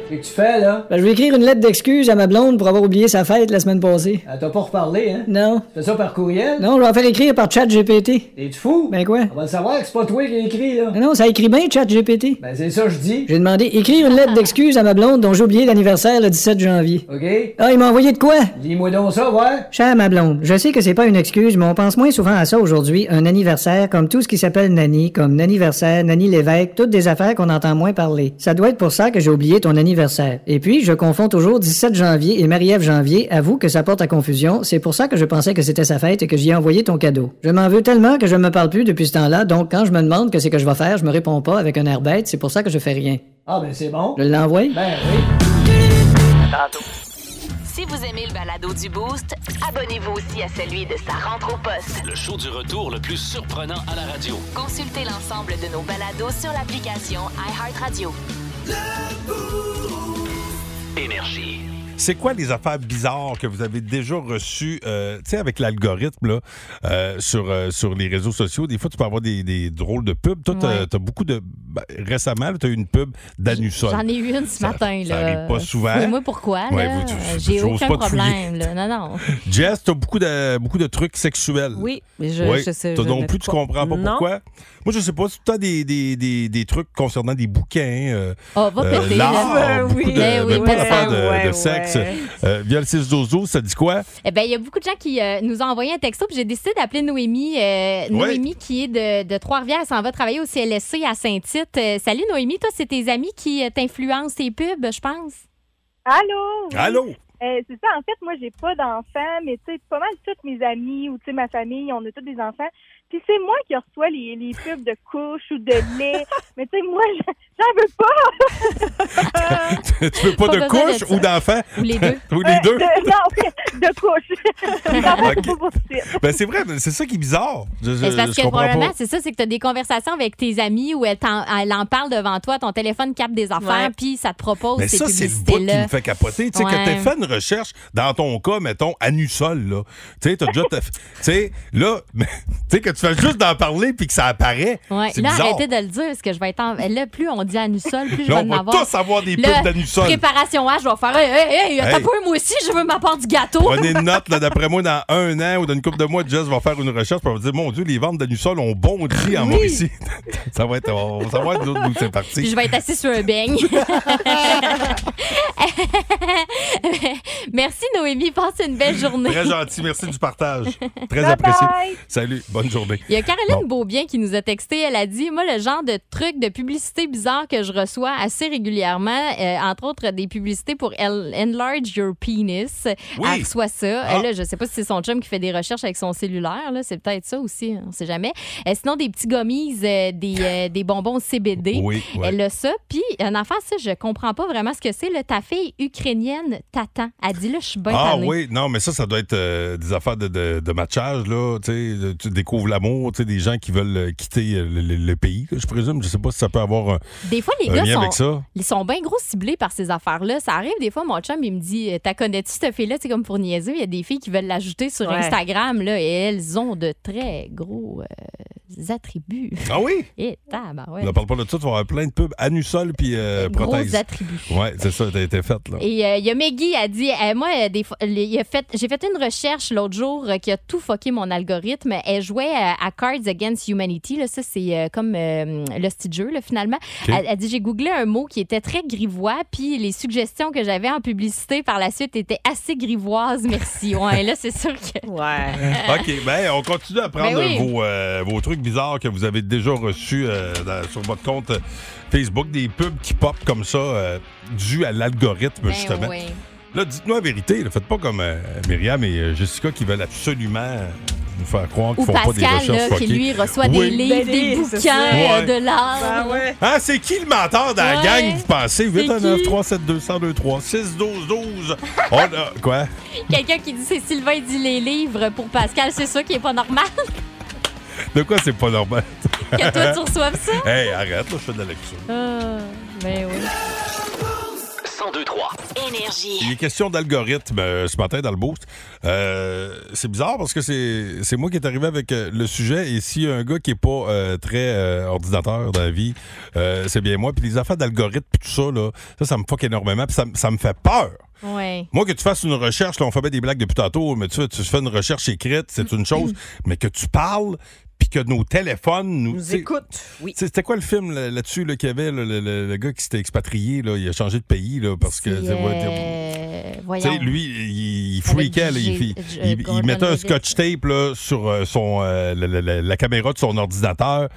Speaker 4: Qu'est-ce que tu fais, là?
Speaker 6: Ben, je vais écrire une lettre d'excuse à ma blonde pour avoir oublié sa fête la semaine passée.
Speaker 4: Elle t'a pas reparlé, hein?
Speaker 6: Non.
Speaker 4: Tu fais ça par courriel?
Speaker 6: Non, je vais la faire écrire par ChatGPT.
Speaker 4: T'es-tu fou? Ah
Speaker 6: Ben quoi?
Speaker 4: On va le savoir que c'est pas toi qui l'as écrit, là.
Speaker 6: Ah non, ça écrit bien ChatGPT.
Speaker 4: Ben, c'est ça, que je dis.
Speaker 6: J'ai demandé écrire une lettre d'excuse à ma blonde dont j'ai oublié l'anniversaire le 17 janvier.
Speaker 4: OK?
Speaker 6: Ah, il m'a envoyé de quoi?
Speaker 4: Lis-moi donc ça, ouais?
Speaker 6: Chère ma blonde, je sais que c'est pas une excuse, mais on pense moins souvent à ça aujourd'hui. Un anniversaire, comme tout ce qui s'appelle Nani, comme Naniversaire, Nani l'évêque, toutes des affaires qu'on entend moins parler. Ça doit être pour ça que j'ai oublié ton anniversaire. Et puis, je confonds toujours 17 janvier et Marie-Ève janvier. Avoue que ça porte à confusion. C'est pour ça que je pensais que c'était sa fête et que j'y ai envoyé ton cadeau. Je m'en veux tellement que je me parle plus depuis ce temps-là, donc quand je me demande que c'est que je vais faire, je me réponds pas avec un air bête. C'est pour ça que je fais rien.
Speaker 4: Ah, ben, c'est bon.
Speaker 6: Je l'envoie?
Speaker 4: Ben oui.
Speaker 1: Si vous aimez le balado du Boost, abonnez-vous aussi à celui de sa rentre au poste.
Speaker 2: Le show du retour le plus surprenant à la radio.
Speaker 1: Consultez l'ensemble de nos balados sur l'application iHeartRadio.
Speaker 2: Énergie.
Speaker 3: C'est quoi les affaires bizarres que vous avez déjà reçues, euh, tu sais, avec l'algorithme, là, euh, sur, euh, sur les réseaux sociaux? Des fois, tu peux avoir des, des drôles de pubs. Toi, t'as,
Speaker 7: Ouais.
Speaker 3: t'as beaucoup de. ben, récemment, tu as eu une pub d'Anusson.
Speaker 7: J'en ai eu une ce
Speaker 3: Ça-
Speaker 7: matin, là.
Speaker 3: ça arrive pas souvent.
Speaker 7: moi pourquoi, là.
Speaker 3: Ouais, vous- vous-
Speaker 7: J'ai
Speaker 3: j'ose
Speaker 7: aucun
Speaker 3: pas te
Speaker 7: problème, là. Non, non.
Speaker 3: Jess, t'as beaucoup de, beaucoup de trucs sexuels.
Speaker 8: Oui, mais je,
Speaker 3: Oui.
Speaker 8: je sais.
Speaker 3: Toi
Speaker 8: je
Speaker 3: non
Speaker 8: ne
Speaker 3: plus, tu comprends pas
Speaker 8: Non.
Speaker 3: pourquoi? Moi, je sais pas. Si tu as des, des, des, des trucs concernant des bouquins, euh,
Speaker 7: Oh, va
Speaker 3: euh,
Speaker 7: péter,
Speaker 3: l'art,
Speaker 7: là.
Speaker 8: Ben
Speaker 3: beaucoup
Speaker 8: oui.
Speaker 3: de,
Speaker 7: Ben oui,
Speaker 3: ben,
Speaker 7: ouais,
Speaker 3: pas d'affaires de,
Speaker 8: ouais,
Speaker 3: de sexe.
Speaker 8: ouais.
Speaker 3: Euh, Viol 612, ça dit quoi?
Speaker 7: Eh bien, il y a beaucoup de gens qui euh, nous ont envoyé un texto, puis j'ai décidé d'appeler Noémie. euh, Noémie, qui est de, de Trois-Rivières, elle s'en va travailler au CLSC à Saint-Tite. Euh, salut, Noémie. Toi, c'est tes amis qui euh, t'influencent tes pubs, je pense. Ben,
Speaker 10: Allô? oui.
Speaker 3: Allô?
Speaker 10: Euh, c'est ça, en fait, moi, j'ai pas d'enfants, mais tu sais, pas mal toutes mes amies ou tu sais, ma famille, on a tous des enfants. Puis c'est moi qui reçois les, les pubs de couches ou de lait. mais tu sais, moi, j'en veux pas.
Speaker 3: tu veux pas,
Speaker 7: Pas
Speaker 3: de
Speaker 7: besoin
Speaker 3: couche
Speaker 7: de ça.
Speaker 3: ou d'enfant?
Speaker 7: Ou les deux.
Speaker 3: Ou les deux?
Speaker 10: Euh, de- non, de couche. Dans le fond, c'est pas pour tout de suite.
Speaker 3: Ben, c'est vrai, mais c'est ça qui est bizarre. Je, je-
Speaker 7: Mais Ben, c'est parce
Speaker 3: je
Speaker 7: que
Speaker 3: comprends
Speaker 7: probablement,
Speaker 3: pas.
Speaker 7: c'est ça, c'est que tu as des conversations avec tes amis où elle, t'en- elle en parle devant toi, ton téléphone capte des affaires,
Speaker 8: Ouais.
Speaker 7: puis ça te propose
Speaker 3: Mais
Speaker 7: ces
Speaker 3: Ben, ça, c'est le bout qui
Speaker 7: publicités-là.
Speaker 3: me fait capoter. Tu sais,
Speaker 7: Ouais.
Speaker 3: quand t'as fait une recherche, dans ton cas, mettons, anusol, là. Tu sais, t'as déjà. t'as- Tu sais, là, tu sais, que tu fais juste d'en parler puis que ça apparaît.
Speaker 7: Ouais.
Speaker 3: C'est
Speaker 7: Là,
Speaker 3: bizarre.
Speaker 7: arrêtez de le dire, parce que je vais être en... Là, plus on dit anusol, plus je
Speaker 3: Là,
Speaker 7: vais
Speaker 3: on
Speaker 7: en
Speaker 3: va
Speaker 7: avoir.
Speaker 3: tous avoir des
Speaker 7: Là,
Speaker 3: pubs d'anusol.
Speaker 7: Préparation A, je vais faire Hey, hey, hey,
Speaker 3: Hey.
Speaker 7: t'as pas eu, moi aussi, je veux ma part du gâteau.
Speaker 3: Prenez une note, là, d'après moi, dans un an ou dans une couple de mois, Jess va faire une recherche pour vous dire Mon Dieu, les ventes d'anusol ont bondi en
Speaker 7: Oui.
Speaker 3: Mauricie. ça va être. On va savoir d'où d'où c'est parti.
Speaker 7: Puis je vais être assis sur un beigne. Merci Noémie, passe une belle journée.
Speaker 3: Très gentil, merci du partage. Très
Speaker 7: Bye
Speaker 3: apprécié.
Speaker 7: bye.
Speaker 3: Salut, bonne journée.
Speaker 7: Il y a Caroline
Speaker 3: Bon.
Speaker 7: Beaubien qui nous a texté. Elle a dit Moi, le genre de truc de publicité bizarre que je reçois assez régulièrement, euh, entre autres des publicités pour El- Enlarge Your Penis. Elle reçoit ça.
Speaker 11: Ah.
Speaker 7: Euh, Là, je sais pas si c'est son chum qui fait des recherches avec son cellulaire. là. C'est peut-être ça aussi. hein, On sait jamais. Euh, sinon, des petits gommises, euh, des, euh, des bonbons CBD.
Speaker 11: Oui, ouais.
Speaker 7: Elle a ça. Puis, un enfant, ça, je comprends pas vraiment ce que c'est. là. Ta fille ukrainienne t'attend. Elle dit Là, je suis bien
Speaker 3: ah
Speaker 7: tannée.
Speaker 3: oui, non, mais ça, ça doit être euh, des affaires de, de- de matchage, là. Tu sais, de- tu découvres l'amour, tu sais, des gens qui veulent euh, quitter euh, le, le- le pays, là, je présume. Je sais pas si ça peut avoir un.
Speaker 7: Des fois, les
Speaker 3: Un
Speaker 7: gars
Speaker 3: lien
Speaker 7: sont,
Speaker 3: avec ça?
Speaker 7: ils sont bien gros ciblés par ces affaires-là. Ça arrive des fois, mon chum, il me dit euh, T'as connais-tu cette fille-là C'est comme pour niaiser. Il y a des filles qui veulent l'ajouter sur
Speaker 8: Ouais.
Speaker 7: Instagram, là, et elles ont de très gros euh, attributs.
Speaker 3: Ah oui?
Speaker 7: Et tabarouette.
Speaker 3: On ne parle pas de tout, tu vas avoir plein de pubs anusol puis euh,
Speaker 7: Gros
Speaker 3: prothèse.
Speaker 7: attributs.
Speaker 3: Ouais, c'est ça, t'as été faite, là.
Speaker 7: Et euh, il y a Meggy, a dit Eh, Moi, euh, des fois- les- il a fait, j'ai fait une recherche l'autre jour euh, qui a tout fucké mon algorithme. Elle jouait euh, à Cards Against Humanity. Là, ça, c'est euh, comme euh, le style de jeu, là, finalement.
Speaker 11: OK.
Speaker 7: Elle, elle dit J'ai googlé un mot qui était très grivois, puis les suggestions que j'avais en publicité par la suite étaient assez grivoises. Merci. Ouais, là, c'est sûr que. Ouais.
Speaker 3: OK, ben on continue à
Speaker 7: Ben
Speaker 3: prendre
Speaker 7: oui.
Speaker 3: vos, euh, vos trucs bizarres que vous avez déjà reçus euh, dans- sur votre compte euh, Facebook, des pubs qui pop comme ça, euh, dû à l'algorithme,
Speaker 11: Ben
Speaker 3: justement.
Speaker 11: oui.
Speaker 3: Là, dites-nous la vérité. là. Faites pas comme euh, Myriam et euh, Jessica qui veulent absolument euh, nous faire croire qu'ils
Speaker 7: Ou
Speaker 3: font pas des
Speaker 7: Pascal,
Speaker 3: recherches
Speaker 7: là, qui
Speaker 3: fuckées.
Speaker 7: lui reçoit
Speaker 3: Oui.
Speaker 7: des livres, des
Speaker 8: Ben, livres, c'est
Speaker 7: bouquins,
Speaker 3: ça.
Speaker 7: euh, de l'art.
Speaker 8: Ben ouais.
Speaker 3: Hein, c'est qui le menteur de la
Speaker 7: Ouais.
Speaker 3: gang, vous pensez? 819
Speaker 7: qui?
Speaker 3: 372 1023 6 12 12 On a... Quoi?
Speaker 7: Quelqu'un qui dit C'est Sylvain, il dit les livres pour Pascal, c'est sûr qu'il est pas normal.
Speaker 3: De quoi c'est pas normal?
Speaker 7: que toi, tu reçoives ça?
Speaker 3: Hey, arrête, là, je fais de la lecture.
Speaker 7: Ah, ben oui.
Speaker 2: 1023
Speaker 1: Énergie.
Speaker 3: Il est question d'algorithme euh, ce matin dans le boost. Euh, c'est bizarre parce que c'est c'est moi qui est arrivé avec euh, le sujet. Et s'il y a un gars qui est pas euh, très euh, ordinateur dans la vie, euh, c'est bien moi. Puis les affaires d'algorithme puis tout ça, là, ça, ça me fuck énormément. Puis ça, me- ça me fait peur.
Speaker 7: Ouais.
Speaker 3: Moi, que tu fasses une recherche, là, on fait bien des blagues depuis tantôt, mais tu, tu fais une recherche écrite, c'est une chose, mais que tu parles, puis que nos téléphones nous,
Speaker 8: Nous
Speaker 3: tu sais,
Speaker 8: écoutent, oui.
Speaker 3: tu sais, C'était quoi le film là- là-dessus là, qu'il y avait, là, le, le- le gars qui s'était expatrié, là, il a changé de pays, là, parce que...
Speaker 7: Puis,
Speaker 3: tu sais, ouais,
Speaker 7: euh,
Speaker 3: tu sais,
Speaker 7: voyons.
Speaker 3: lui, il, il freakait, là, il,
Speaker 7: G-
Speaker 3: il-
Speaker 7: G-
Speaker 3: il- il
Speaker 7: Gordon
Speaker 3: mettait un
Speaker 7: Levitt.
Speaker 3: scotch tape là, sur euh, son, euh, la, la- la- la caméra de son ordinateur.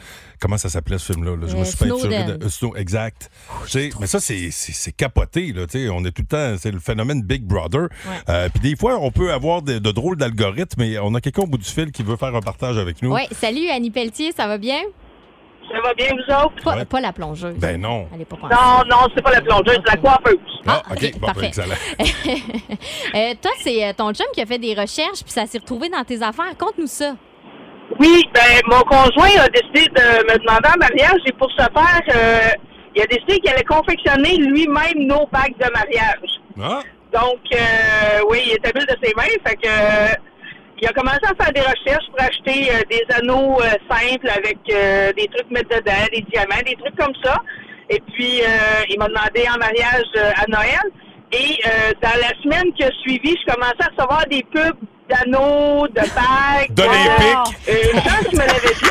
Speaker 3: Comment ça s'appelait ce film-là? là? Je
Speaker 7: Euh,
Speaker 3: me suis pas
Speaker 7: Snowden. Oh,
Speaker 3: insuré de- euh, Snow- exact. Tu sais, mais ça, c'est- c'est c'est capoté. Là, tu sais, on est tout le temps, c'est le phénomène Big Brother. Euh, Puis des fois, on peut avoir de, de drôles d'algorithmes, mais on a quelqu'un au bout du fil qui veut faire un partage avec nous.
Speaker 7: Ouais, salut Annie Pelletier, ça va bien?
Speaker 12: Ça va bien, vous autres?
Speaker 7: Pas, pas la plongeuse.
Speaker 3: Ben non.
Speaker 7: Elle est pas pensée.
Speaker 12: Non, non, c'est pas la plongeuse, c'est la coiffeuse.
Speaker 3: Ah, OK, bon,
Speaker 7: parfait.
Speaker 3: excellent.
Speaker 7: Euh, toi, c'est euh, ton chum qui a fait des recherches, puis ça s'est retrouvé dans tes affaires. Conte-nous ça.
Speaker 12: Oui, ben mon conjoint a décidé de me demander en mariage et pour ce faire, euh, il a décidé qu'il allait confectionner lui-même nos bagues de mariage.
Speaker 3: Ah,
Speaker 12: Donc, euh, oui, il est habile de ses mains, fait que euh, il a commencé à faire des recherches pour acheter euh, des anneaux euh, simples avec euh, des trucs mettre dedans, des diamants, des trucs comme ça. Et puis, euh, il m'a demandé en mariage euh, à Noël. Et euh, dans la semaine qui a suivi, je commençais à recevoir des pubs d'anneaux, de bagues.
Speaker 3: D'Olympique.
Speaker 12: Euh, une chance, il me l'avait dit.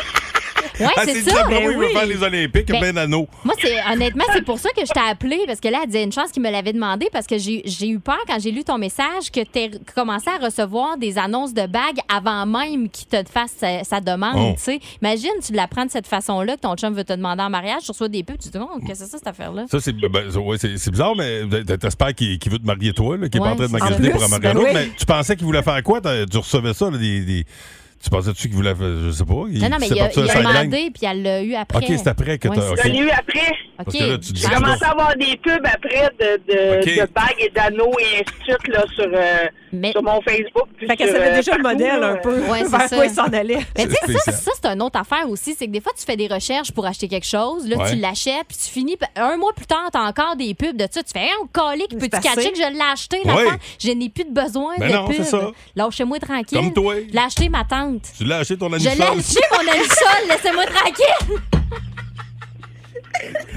Speaker 7: Ouais,
Speaker 3: Ah,
Speaker 7: c'est
Speaker 3: dit,
Speaker 7: ça.
Speaker 3: après
Speaker 7: Ben
Speaker 3: moi, il veut
Speaker 7: oui.
Speaker 3: faire les Olympiques,
Speaker 7: Ben-
Speaker 3: plein d'anneaux.
Speaker 7: Moi, c'est honnêtement, c'est pour ça que je t'ai appelé parce que là, elle disait une chance qu'il me l'avait demandé parce que j'ai j'ai eu peur quand j'ai lu ton message que tu commencé à recevoir des annonces de bagues avant même qu'il te fasse sa, sa demande.
Speaker 3: Oh.
Speaker 7: tu sais. Imagine, tu l'apprends de cette façon-là que ton chum veut te demander en mariage, tu reçois des pubs, tu te dis, oh, qu'est-ce que c'est ça, cette affaire-là?
Speaker 3: Ça, c'est ben, ça, ouais, c'est- c'est bizarre, mais t- t'espères qu'il qu'il veut te marier toi, là, qu'il est
Speaker 7: Ouais,
Speaker 3: pas en train de
Speaker 7: c'est ça.
Speaker 3: m'engager
Speaker 7: En
Speaker 3: pour un
Speaker 7: plus,
Speaker 3: mariage.
Speaker 7: ben oui.
Speaker 3: Mais tu pensais qu'il voulait faire quoi? T'as- Tu recevais ça, là, des, des- Tu pensais-tu qu'il voulait faire. Je sais pas.
Speaker 7: Non, non, mais il a,
Speaker 3: parti
Speaker 7: il
Speaker 3: un
Speaker 7: a
Speaker 3: sideline?
Speaker 7: demandé puis elle l'a eu après.
Speaker 3: OK, c'est après que
Speaker 7: Ouais,
Speaker 3: t'as-
Speaker 7: c'est
Speaker 3: OK.
Speaker 7: ça.
Speaker 12: Je l'ai eu après. Parce
Speaker 3: que là, tu dis-
Speaker 12: J'ai commencé à avoir des pubs après de, de,
Speaker 3: Ok.
Speaker 12: de bagues et d'anneaux et ainsi de suite là, sur, euh, sur mon Facebook. puis
Speaker 8: Fait qu'elle
Speaker 12: sur,
Speaker 8: savait
Speaker 12: euh,
Speaker 8: déjà le
Speaker 12: partout,
Speaker 8: modèle
Speaker 12: là.
Speaker 8: un peu.
Speaker 7: Ouais, c'est
Speaker 8: vers
Speaker 7: ça.
Speaker 8: quoi il s'en allait.
Speaker 7: Mais tu sais, ça,
Speaker 8: spécial.
Speaker 7: ça, c'est une autre affaire aussi. C'est que des fois, tu fais des recherches pour acheter quelque chose. Là,
Speaker 8: Ouais.
Speaker 7: tu l'achètes, puis tu finis. puis Un mois plus tard, t'as encore des pubs de ça. Tu fais, un collé, qui peut-tu
Speaker 8: C'est passé.
Speaker 7: catcher que je l'ai acheté,
Speaker 3: Ouais.
Speaker 7: l'affaire? Je n'ai plus de besoin
Speaker 3: Ben
Speaker 7: de
Speaker 3: non,
Speaker 7: pub.
Speaker 3: c'est ça.
Speaker 7: Lâchez-moi tranquille.
Speaker 3: Comme toi.
Speaker 7: Je l'ai acheté, ma tante.
Speaker 3: Tu l'as acheté ton
Speaker 7: Je l'ai
Speaker 3: anisole.
Speaker 7: acheté, mon anisole. Laissez-moi tranquille.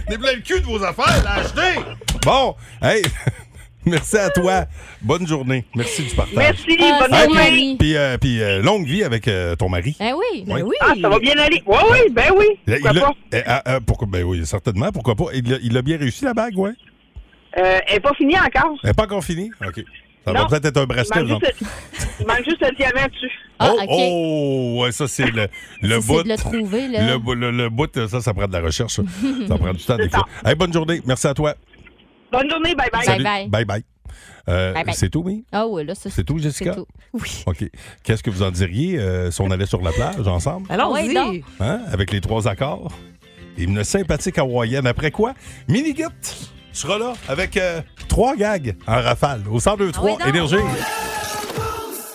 Speaker 3: Des plein le cul de vos affaires, l'a acheté! Bon, hey, merci à toi. Bonne journée. Merci du partage.
Speaker 12: Merci,
Speaker 7: Ah,
Speaker 12: bonne
Speaker 3: Hey,
Speaker 12: journée.
Speaker 3: puis- Puis, euh, puis, euh, longue vie avec euh, ton mari.
Speaker 7: Ben oui.
Speaker 3: Ben oui.
Speaker 12: Ah, ça va bien aller. Oui, oui, ben oui.
Speaker 3: Il a-
Speaker 12: Pourquoi
Speaker 3: il a-
Speaker 12: pas?
Speaker 3: Eh, ah, ah, pourquoi- ben oui, certainement. Pourquoi pas? Il a, il a bien réussi la bague, ouais.
Speaker 12: Euh, elle n'est pas finie encore.
Speaker 3: Elle n'est pas encore finie? OK. Ça
Speaker 12: Non.
Speaker 3: va peut-être être un bracelet,
Speaker 12: Il
Speaker 3: genre.
Speaker 12: manque, juste le- il manque juste le diamant dessus.
Speaker 7: Ah,
Speaker 3: oh, oh, ouais, ça, c'est le, le
Speaker 12: Ah, c'est
Speaker 3: bout.
Speaker 12: de le trouver, là.
Speaker 3: Le, bou- le- le bout, ça, ça prend de la recherche. ça. ça prend du temps, des fois. Hey, bonne journée. Merci à toi.
Speaker 12: Bonne journée, bye bye.
Speaker 3: Salut. Bye bye. Euh,
Speaker 7: Bye bye.
Speaker 3: C'est tout, oui?
Speaker 7: Ah ouais, là, ça,
Speaker 3: C'est tout, Jessica?
Speaker 7: c'est tout.
Speaker 3: Oui. OK. Qu'est-ce que vous en diriez euh, si on allait sur la plage ensemble?
Speaker 7: Allons-y. Ouais, donc.
Speaker 3: Hein? Avec les trois accords. Hymne sympathique hawaïenne. Après quoi? Minigit sera là avec euh, trois gags en rafale au 102-3
Speaker 1: Ah oui, donc.
Speaker 3: Énergie.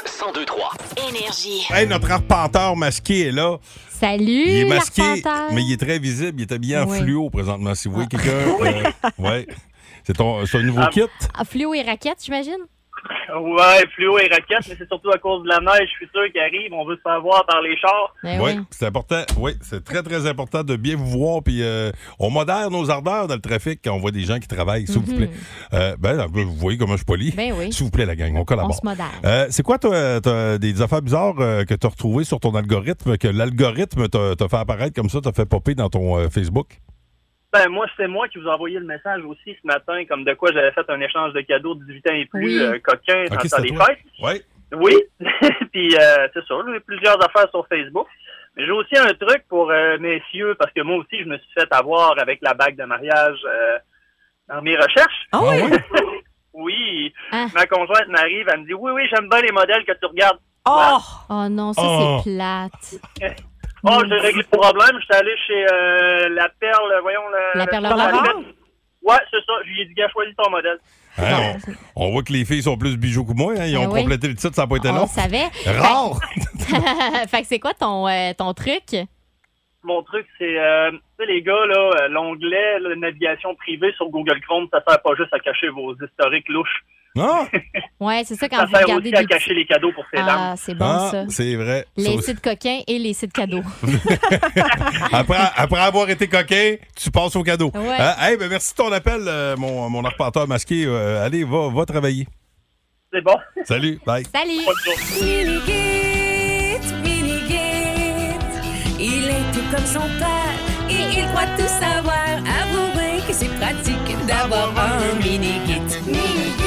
Speaker 1: 1023 Énergie.
Speaker 3: Hey, notre arpenteur masqué est là.
Speaker 7: Salut.
Speaker 3: Il est masqué,
Speaker 7: l'arpenteur.
Speaker 3: mais il est très visible. Il est habillé en
Speaker 7: Oui.
Speaker 3: fluo présentement. Si vous voyez quelqu'un. euh, ouais. C'est ton, c'est un nouveau kit?
Speaker 7: Ah, fluo et raquette, j'imagine?
Speaker 11: Ouais, fluo et raquette, mais c'est surtout à cause de la neige future qui arrive. On veut se faire voir par les chars.
Speaker 7: Ben
Speaker 3: oui, c'est important. Oui, c'est très, très important de bien vous voir. Puis euh, on modère nos ardeurs dans le trafic quand on voit des gens qui travaillent, s'il vous
Speaker 7: Mhm.
Speaker 3: plaît. Euh, ben, vous voyez comment je suis poli.
Speaker 7: Ben oui.
Speaker 3: S'il vous plaît, la gang, on collabore.
Speaker 7: On se modère.
Speaker 3: Euh, c'est quoi, toi, t'as des affaires bizarres euh, que tu as retrouvées sur ton algorithme, que l'algorithme t'a t'a fait apparaître comme ça, t'a fait popper dans ton euh, Facebook?
Speaker 11: Ben, moi, c'est moi qui vous ai envoyé le message aussi ce matin, comme de quoi j'avais fait un échange de cadeaux de 18 ans et plus
Speaker 3: Oui.
Speaker 11: euh, coquin
Speaker 3: Ok,
Speaker 11: dans le temps
Speaker 3: c'était
Speaker 11: des
Speaker 3: toi.
Speaker 11: fêtes.
Speaker 3: Oui.
Speaker 11: Oui. Puis, euh, c'est ça, j'ai plusieurs affaires sur Facebook. Mais j'ai aussi un truc pour euh, messieurs, parce que moi aussi, je me suis fait avoir avec la bague de mariage euh, dans mes recherches.
Speaker 8: Ah oui?
Speaker 11: oui.
Speaker 7: Hein?
Speaker 11: Ma conjointe m'arrive, elle me dit Oui, oui, j'aime bien les modèles que tu regardes.
Speaker 8: Oh!
Speaker 7: Oh non, ça,
Speaker 11: Oh.
Speaker 7: c'est plate.
Speaker 11: Oh, j'ai réglé le problème. J'étais allé chez euh, la perle, voyons. Le,
Speaker 7: La
Speaker 11: le-
Speaker 7: Perle Rare?
Speaker 11: Ouais, c'est ça. Je lui ai dit, gars, choisis ton modèle.
Speaker 3: Hein, on, on voit que les filles sont plus bijoux que moi. hein. Ils
Speaker 7: Ben
Speaker 3: ont
Speaker 7: oui. Ah,
Speaker 3: complété le titre, ça n'a pas été
Speaker 7: On
Speaker 3: long.
Speaker 7: le savait. Ben,
Speaker 3: Rare!
Speaker 7: fait que c'est quoi ton, euh, ton truc?
Speaker 11: Mon truc, c'est, euh, tu sais, les gars, là, euh, l'onglet la navigation privée sur Google Chrome, ça sert pas juste à cacher vos historiques louches.
Speaker 3: Non?
Speaker 7: Ouais, c'est ça quand
Speaker 11: Ça
Speaker 7: vous
Speaker 11: sert
Speaker 7: regardez
Speaker 11: aussi à
Speaker 7: des
Speaker 11: cacher les cadeaux pour ces dames.
Speaker 7: Ah, c'est bon
Speaker 3: Ah,
Speaker 7: ça.
Speaker 3: c'est vrai. Ça Ah
Speaker 7: Les
Speaker 3: aussi-
Speaker 7: sites coquins et les sites cadeaux.
Speaker 3: Après, après avoir été coquin, tu passes au cadeau.
Speaker 7: Ouais.
Speaker 3: Hein? Hey, ben merci de ton appel, euh, mon, mon arpenteur masqué. Euh, allez, va, va travailler.
Speaker 11: C'est bon.
Speaker 3: Salut, bye.
Speaker 7: Salut!
Speaker 13: Minigit, Minigit, il est tout comme son père et il croit tout savoir. Avouez que c'est pratique d'avoir un Minigit. Minigit,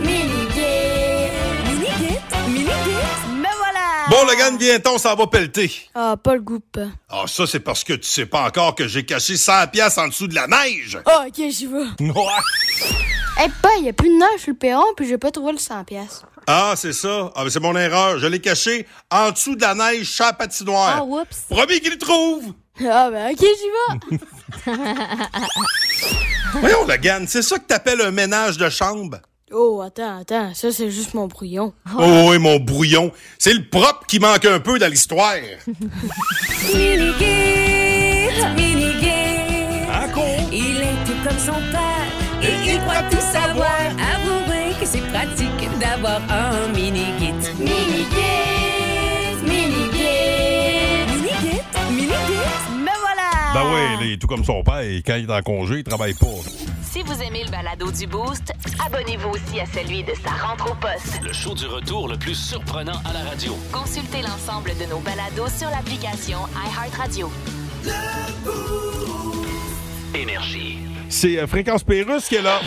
Speaker 13: Minigit, Minigit, Minigit, me voilà!
Speaker 14: Bon, le gars, bientôt, ça va pelleter.
Speaker 13: Ah, pas le goût, pas.
Speaker 14: Ah, ça, c'est parce que tu sais pas encore que j'ai caché 100 piastres en dessous de la neige.
Speaker 13: Ah, ok, j'y vais. Eh ben, il a plus de neige sur le perron, puis j'ai pas trouvé le 100 pièces.
Speaker 14: Ah, c'est ça. Ah, ben, c'est mon erreur. Je l'ai caché en dessous de la neige chez la patinoire.
Speaker 13: Ah, oups.
Speaker 14: Promis qu'il le trouve.
Speaker 13: Ah, ben, ok, j'y vais.
Speaker 14: Voyons, le gars, c'est ça que t'appelles un ménage de chambre?
Speaker 13: oh, attends, attends, ça, c'est juste mon brouillon.
Speaker 14: Oh oui, mon brouillon. C'est le propre qui manque un peu dans l'histoire.
Speaker 13: Minigit, Minigit. Il est tout comme son père et il croit tout savoir. Avouez que c'est pratique d'avoir un Minigit. Minigit, Minigit. Minigit, Minigit. Me voilà.
Speaker 1: Ah.
Speaker 3: Ben oui, il est tout comme son père. Et quand il est en congé, il travaille pas.
Speaker 1: Si vous aimez le balado du Boost, abonnez-vous aussi à celui de sa rentre au poste.
Speaker 2: Le show du retour le plus surprenant à la radio.
Speaker 1: Consultez l'ensemble de nos balados sur l'application iHeartRadio.
Speaker 2: Énergie.
Speaker 3: C'est euh, Fréquence Pérus qui est là.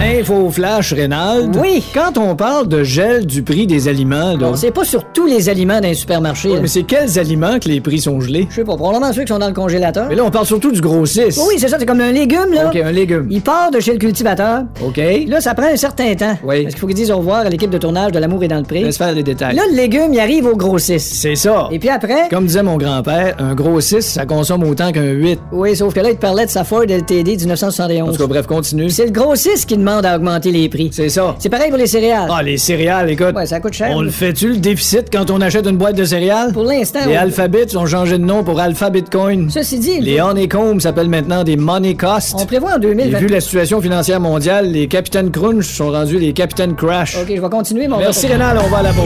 Speaker 5: Info flash, Reynald. Oui. Quand on parle de gel du prix des aliments, là.
Speaker 15: Bon, c'est pas sur tous les aliments d'un supermarché.
Speaker 5: Ouais, mais c'est quels aliments que les prix sont gelés?
Speaker 15: Je sais pas, probablement ceux qui sont dans le congélateur.
Speaker 5: Mais là, on parle surtout du grossiste.
Speaker 15: Oui, c'est ça, c'est comme un légume, là.
Speaker 5: OK, un légume.
Speaker 15: Il part de chez le cultivateur.
Speaker 5: OK.
Speaker 15: Là, ça prend un certain temps.
Speaker 5: Oui.
Speaker 15: Parce qu'il faut qu'ils disent au revoir à l'équipe de tournage de L'amour et dans le prix.
Speaker 5: Laisse faire les détails.
Speaker 15: Là, le légume, il arrive au grossiste.
Speaker 5: C'est ça.
Speaker 15: Et puis après.
Speaker 5: Comme disait mon grand-père, un gros 6, ça consomme autant qu'un 8.
Speaker 15: Oui, sauf que là, il te parlait de sa Ford LTD du 1971.
Speaker 5: En tout cas, bref, continue.
Speaker 15: C'est le grossiste qui demande à augmenter les prix.
Speaker 5: C'est ça.
Speaker 15: C'est pareil pour les céréales.
Speaker 5: Ah, les céréales, écoute.
Speaker 15: Ouais, ça coûte cher.
Speaker 5: On le
Speaker 15: là.
Speaker 5: fait-tu le déficit quand on achète une boîte de céréales?
Speaker 15: Pour l'instant,
Speaker 5: Les
Speaker 15: on-
Speaker 5: alphabets ont changé de nom pour Alpha Bitcoin.
Speaker 15: Ceci dit,
Speaker 5: Les
Speaker 15: on...
Speaker 5: honeycombs s'appellent maintenant des money costs.
Speaker 15: on prévoit en
Speaker 5: Et
Speaker 15: 2020.
Speaker 5: vu la situation financière mondiale, les capitaines crunch sont rendus les capitaines crash.
Speaker 15: OK, je vais continuer, mon
Speaker 5: Merci Rénal, on va à la pause.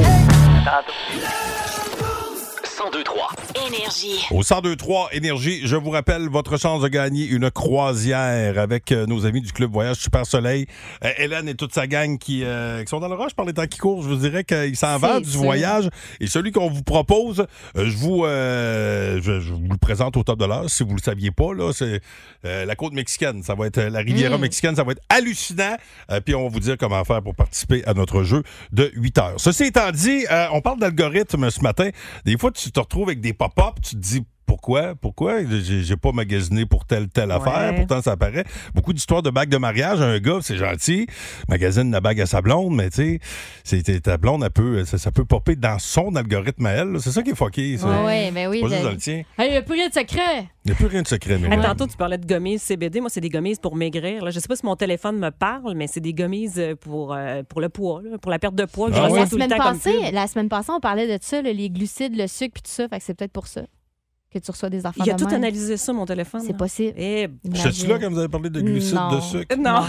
Speaker 2: 1023
Speaker 1: Énergie.
Speaker 3: Au 1023 Énergie, je vous rappelle votre chance de gagner une croisière avec euh, nos amis du Club Voyage Super Soleil. Euh, Hélène et toute sa gang qui, euh, qui sont dans le rush par les temps qui courent. Je vous dirais qu'ils s'en
Speaker 7: C'est
Speaker 3: vont du
Speaker 7: sûr.
Speaker 3: voyage. Et celui qu'on vous propose, euh, je, vous, euh, je, je vous le présente au top de l'heure. Si vous ne le saviez pas, là, c'est euh, la côte mexicaine. Ça va être euh, la Riviera
Speaker 7: Mm.
Speaker 3: mexicaine. Ça va être hallucinant. Euh, puis on va vous dire comment faire pour participer à notre jeu de 8 heures. Ceci étant dit, euh, on parle d'algorithme ce matin. Des fois, tu te retrouves avec des pop-up. Tu te dis pourquoi? Pourquoi? J'ai j'ai pas magasiné pour telle, telle affaire. Pourtant, ça apparaît. Beaucoup d'histoires de bagues de mariage. Un gars, c'est gentil, magasine la bague à sa blonde, mais tu sais, c'est- ta blonde, elle peut, ça, ça peut popper dans son algorithme à elle. là. C'est ça qui est fucké. ça.
Speaker 7: Ouais, ouais, mais oui. ben
Speaker 3: Pas juste
Speaker 7: le-
Speaker 3: dans le tien.
Speaker 7: Hey, il a plus rien de secret.
Speaker 3: Il n'y a plus rien de secret, mais
Speaker 8: Hey, tantôt, tu parlais de gommises CBD. Moi, c'est des gommises pour maigrir. Là. Je sais pas si mon téléphone me parle, mais c'est des gommises euh, pour, euh, pour le poids, là, pour la perte de poids. que je
Speaker 3: Ah
Speaker 8: ressens
Speaker 3: ouais?
Speaker 7: La
Speaker 8: tout le
Speaker 7: semaine,
Speaker 8: temps comme
Speaker 7: passée,
Speaker 8: pub.
Speaker 7: la semaine passée, on parlait de ça, là, les glucides, le sucre, puis tout ça. Fait que c'est peut-être pour ça que tu reçois des affaires
Speaker 8: Il a
Speaker 7: de
Speaker 8: tout
Speaker 7: même.
Speaker 8: analysé ça, mon téléphone. Eh
Speaker 7: C'est possible.
Speaker 8: Et...
Speaker 3: suis là quand vous avez parlé de glucides, de
Speaker 7: Non.
Speaker 3: sucre?
Speaker 8: Non.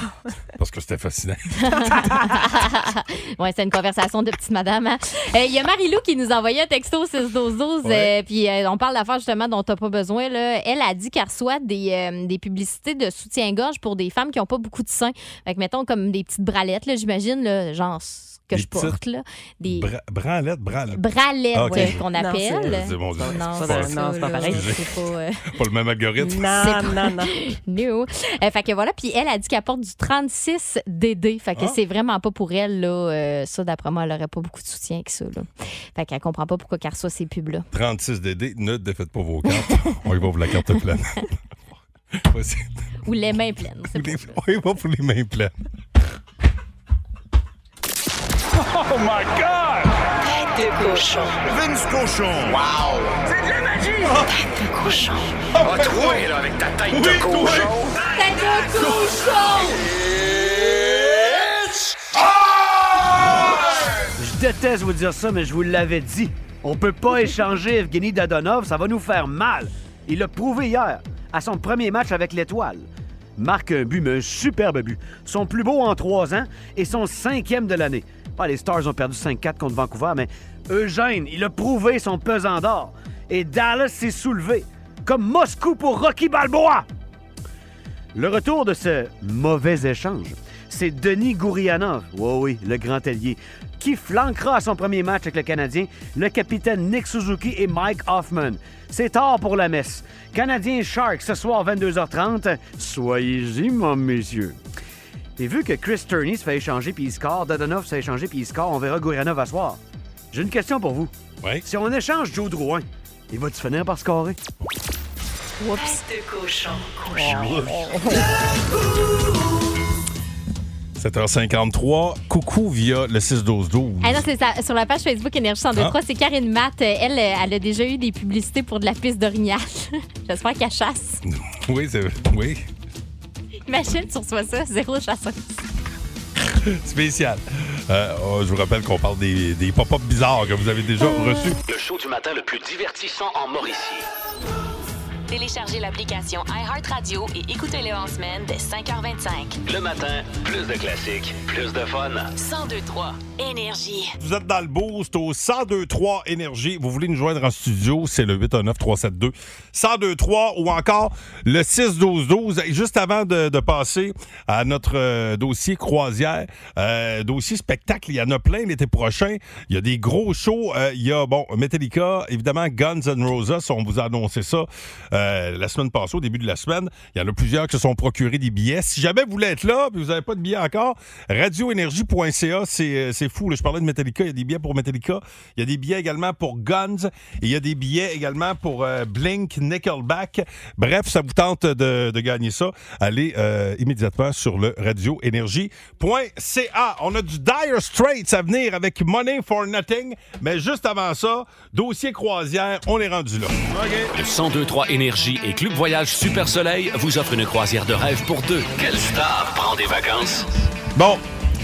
Speaker 3: Parce que c'était fascinant.
Speaker 7: ouais, c'est une conversation de petite madame. hein. Euh, Il y a Marie-Lou qui nous envoyait un texto au 6 12 12
Speaker 3: Ouais.
Speaker 7: euh, puis euh, on parle d'affaires justement dont t'as pas besoin. Là. Elle a dit qu'elle reçoit des, euh, des publicités de soutien-gorge pour des femmes qui ont pas beaucoup de seins. Fait que mettons comme des petites bralettes, là, j'imagine, là, genre ce que
Speaker 3: Des
Speaker 7: je porte. Là. Des
Speaker 3: Bra- branlette, branlette.
Speaker 7: bralettes
Speaker 3: Ah, ok.
Speaker 7: ouais, qu'on
Speaker 8: Non, c'est-
Speaker 7: appelle.
Speaker 3: C'est bon, c'est- c'est
Speaker 7: Non,
Speaker 3: pas-
Speaker 8: c'est- non, c'est pas
Speaker 7: là,
Speaker 8: pareil.
Speaker 7: c'est pas, euh,
Speaker 3: Pas le même algorithme.
Speaker 7: C'est
Speaker 8: Non, non, non.
Speaker 7: No. Euh, fait que voilà, puis elle a dit qu'elle porte du 36 DD. Fait que
Speaker 3: Ah.
Speaker 7: c'est vraiment pas pour elle, là. Euh, ça, d'après moi, elle aurait pas beaucoup de soutien que ça, là. Fait qu'elle comprend pas pourquoi qu'elle reçoit ces pubs-là.
Speaker 3: 36 DD, ne défaites pas vos cartes. On y va pour la carte pleine. Voici-
Speaker 7: Ou les mains pleines. c'est
Speaker 3: Les-
Speaker 7: pour ça.
Speaker 3: On y va pour les mains pleines.
Speaker 13: Oh my God! Tête de cochon.
Speaker 14: Vince cochon.
Speaker 13: Wow! C'est de la magie! Oh, Tête de cochon.
Speaker 14: Ah, toi, là, avec ta tête de cochon.
Speaker 13: Tête de cochon!
Speaker 16: Je déteste vous dire ça, mais je vous l'avais dit. On peut pas échanger Evgeny Dadonov, ça va nous faire mal. Il l'a prouvé hier, à son premier match avec l'Étoile. Marque un but, mais un superbe but. Son plus beau en trois ans et son cinquième de l'année. Pas les Stars ont perdu 5-4 contre Vancouver, mais Eugène, il a prouvé son pesant d'or. Et Dallas s'est soulevé, comme Moscou pour Rocky Balboa. Le retour de ce mauvais échange, c'est Denis Gourianov, oui, oui, le grand ailier, qui flanquera à son premier match avec le Canadien le capitaine Nick Suzuki et Mike Hoffman. C'est tard pour la messe. Canadien Shark ce soir 22h30. Soyez-y, mon messieurs. Et vu que Chris Turney se fait échanger puis il score, Dadonov se fait échanger puis il score, on verra Gourianov à soir. J'ai une question pour vous.
Speaker 3: Oui.
Speaker 16: Si on échange Joe Drouin, il va-tu finir par scorer?
Speaker 7: Oups.
Speaker 13: Tête de cochon. Oh,
Speaker 3: 7h53. Coucou via le 6-12-12.
Speaker 7: Ah non, c'est ça. Sur la page Facebook Énergie 1023, c'est Karine Matt. Euh, Elle, euh, elle a déjà eu des publicités pour de la piste d'orignal. J'espère qu'elle chasse.
Speaker 3: Oui, c'est oui.
Speaker 7: Imagine, tu reçois ça, zéro chasseuse.
Speaker 3: spécial. Euh, oh, je vous rappelle qu'on parle des, des pop-up bizarres que vous avez déjà
Speaker 2: Euh,
Speaker 3: reçus.
Speaker 2: Le show du matin le plus divertissant en Mauricie.
Speaker 1: Téléchargez l'application iHeartRadio et écoutez-le en semaine dès 5h25.
Speaker 2: Le matin, plus de classiques, plus de fun.
Speaker 1: 1023 Énergie.
Speaker 3: Vous êtes dans le boost au 1023 Énergie. Vous voulez nous joindre en studio, c'est le 819-372-1023 ou encore le 612-12. Et Juste avant de, de passer à notre euh, dossier croisière, euh, dossier spectacle, il y en a plein l'été prochain. Il y a des gros shows. Euh, il y a, bon, Metallica, évidemment, Guns N' Roses, on vous a annoncé ça. Euh, euh, la semaine passée, au début de la semaine. Il y en a plusieurs qui se sont procurés des billets. Si jamais vous voulez être là, puis vous n'avez pas de billets encore, radioénergie.ca, c'est euh, c'est fou. là. Je parlais de Metallica, il y a des billets pour Metallica. Il y a des billets également pour Guns. Et il y a des billets également pour euh, Blink, Nickelback. Bref, ça vous tente de, de gagner ça. Allez euh, immédiatement sur le radioénergie.ca. On a du Dire Straits à venir avec Money for Nothing. Mais juste avant ça, dossier croisière, on est rendu là.
Speaker 2: Le 1023 Énergie et Club Voyage Super Soleil vous offrent une croisière de rêve pour deux. Quelle star prend des vacances?
Speaker 3: Bon.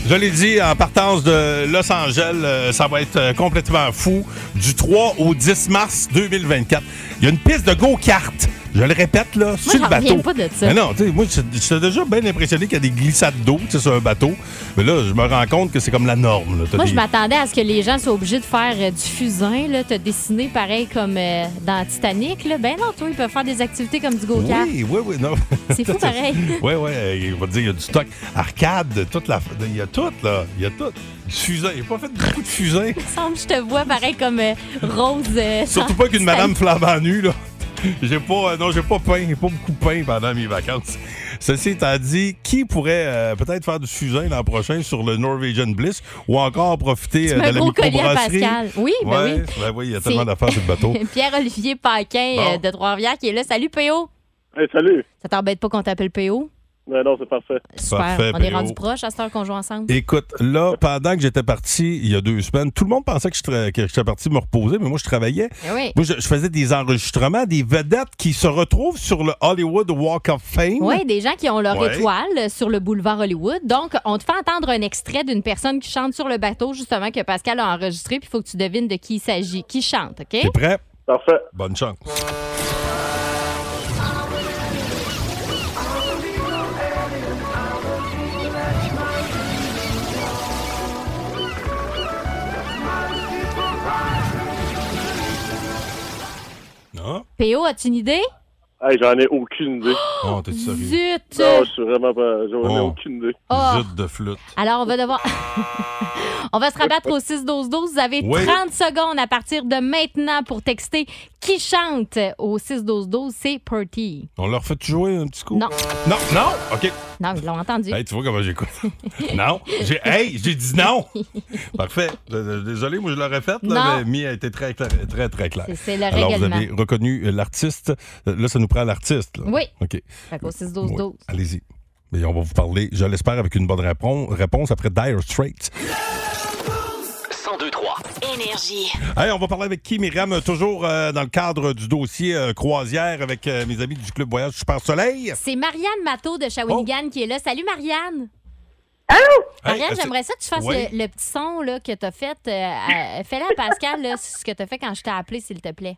Speaker 3: Je l'ai dit, en partance de Los Angeles, euh, ça va être euh, complètement fou. Du 3 au 10 mars 2024, il y a une piste de go-kart. Je le répète, là, sur
Speaker 7: j'en
Speaker 3: le bateau.
Speaker 7: reviens pas de ça.
Speaker 3: Mais non, tu sais, moi, j'étais- j'étais déjà bien impressionné qu'il y a des glissades d'eau tu sais, sur un bateau. Mais là, je me rends compte que c'est comme la norme. là. T'as
Speaker 7: Moi,
Speaker 3: des-
Speaker 7: je m'attendais à ce que les gens soient obligés de faire euh, du fusain. Là, t'as dessiné pareil comme euh, dans Titanic. Là. Ben non, toi, ils peuvent faire des activités comme du go-kart.
Speaker 3: Oui, oui, oui, non.
Speaker 7: C'est fou pareil.
Speaker 3: Oui, oui, il va te dire, il y a du stock. Arcade, toute la. Il y a tout, là. Il y a tout. Du fusain. Il n'a pas fait beaucoup de fusain.
Speaker 7: Il me semble que je te vois pareil comme euh, Rose. euh,
Speaker 3: Surtout
Speaker 7: dans
Speaker 3: pas qu'une
Speaker 7: Titanic.
Speaker 3: madame flambant nue, là. J'ai pas, euh, non, j'ai pas peint, j'ai pas beaucoup peint pendant mes vacances. Ceci étant dit, qui pourrait euh, peut-être faire du fusain l'an prochain sur le Norwegian Bliss ou encore profiter
Speaker 7: Tu
Speaker 3: euh,
Speaker 7: mets
Speaker 3: de
Speaker 7: un
Speaker 3: la
Speaker 7: gros collier à
Speaker 3: microbrasserie?
Speaker 7: Pascal. Oui, ben
Speaker 3: Ouais,
Speaker 7: oui.
Speaker 3: ben oui, il y a
Speaker 7: C'est-
Speaker 3: tellement d'affaires sur le bateau.
Speaker 7: Pierre-Olivier Paquin
Speaker 3: Bon.
Speaker 7: euh, de Trois-Rivières qui est là. Salut, PO.
Speaker 17: salut.
Speaker 7: Ça t'embête pas qu'on t'appelle PO?
Speaker 17: Ben non, c'est parfait.
Speaker 7: Super.
Speaker 3: Parfait,
Speaker 7: On est
Speaker 3: PO.
Speaker 7: rendu proche à cette heure qu'on joue ensemble.
Speaker 3: Écoute, là, pendant que j'étais parti il y a deux semaines, tout le monde pensait que je tra- que j'étais parti me reposer, mais moi, je travaillais.
Speaker 7: Eh oui.
Speaker 3: Moi, je, je faisais des enregistrements, des vedettes qui se retrouvent sur le Hollywood Walk of Fame.
Speaker 7: Oui, des gens qui ont leur
Speaker 3: Ouais.
Speaker 7: étoile sur le boulevard Hollywood. Donc, on te fait entendre un extrait d'une personne qui chante sur le bateau, justement, que Pascal a enregistré, puis il faut que tu devines de qui il s'agit, qui chante, OK?
Speaker 3: T'es prêt?
Speaker 17: Parfait.
Speaker 3: Bonne chance. Non?
Speaker 7: PO, as-tu une idée?
Speaker 17: Hey, j'en ai aucune idée.
Speaker 13: Ah,
Speaker 3: Non, t'es sérieux?
Speaker 7: Zut!
Speaker 17: Non, je suis vraiment pas. J'en
Speaker 13: Oh.
Speaker 17: ai aucune idée.
Speaker 7: Ah.
Speaker 3: Zut de flûte.
Speaker 7: Alors, on va devoir. on va se rabattre au 6-12-12. Vous avez
Speaker 3: Oui.
Speaker 7: 30 secondes à partir de maintenant pour texter qui chante au 6-12-12. C'est Purty.
Speaker 3: On leur fait jouer un petit coup?
Speaker 7: Non.
Speaker 3: Non, non? OK.
Speaker 7: Non, ils l'ont entendu.
Speaker 3: Hey, tu vois comment j'écoute? non. J'ai, hey, j'ai dit non! Parfait. Euh, euh, Désolé, moi, je l'aurais fait,
Speaker 7: Non.
Speaker 3: là, mais Mia a été très claire. Très, très claire.
Speaker 7: C'est- c'est le
Speaker 3: Alors, vous
Speaker 7: règlement.
Speaker 3: avez reconnu euh, l'artiste. Euh, Là, ça nous prend l'artiste. là.
Speaker 7: Oui.
Speaker 3: OK.
Speaker 7: Fait qu'au 6-12-12.
Speaker 3: Allez-y. Mais on va vous parler, je l'espère, avec une bonne répon- réponse après Dire Straits.
Speaker 2: 1023
Speaker 1: Énergie.
Speaker 3: Hey, on va parler avec qui, Myriam? Toujours euh, dans le cadre du dossier euh, croisière avec euh, mes amis du Club Voyage Super Soleil.
Speaker 7: C'est Marianne Matteau de Shawinigan qui est là. Salut, Marianne. Marianne,
Speaker 3: Oh. Hey, est-ce-
Speaker 7: j'aimerais ça que tu fasses
Speaker 3: Oui.
Speaker 7: le, le petit son là, que t'as fait. euh, à- Fais-le à Pascal, là, ce que t'as fait quand je t'ai appelé, s'il te plaît.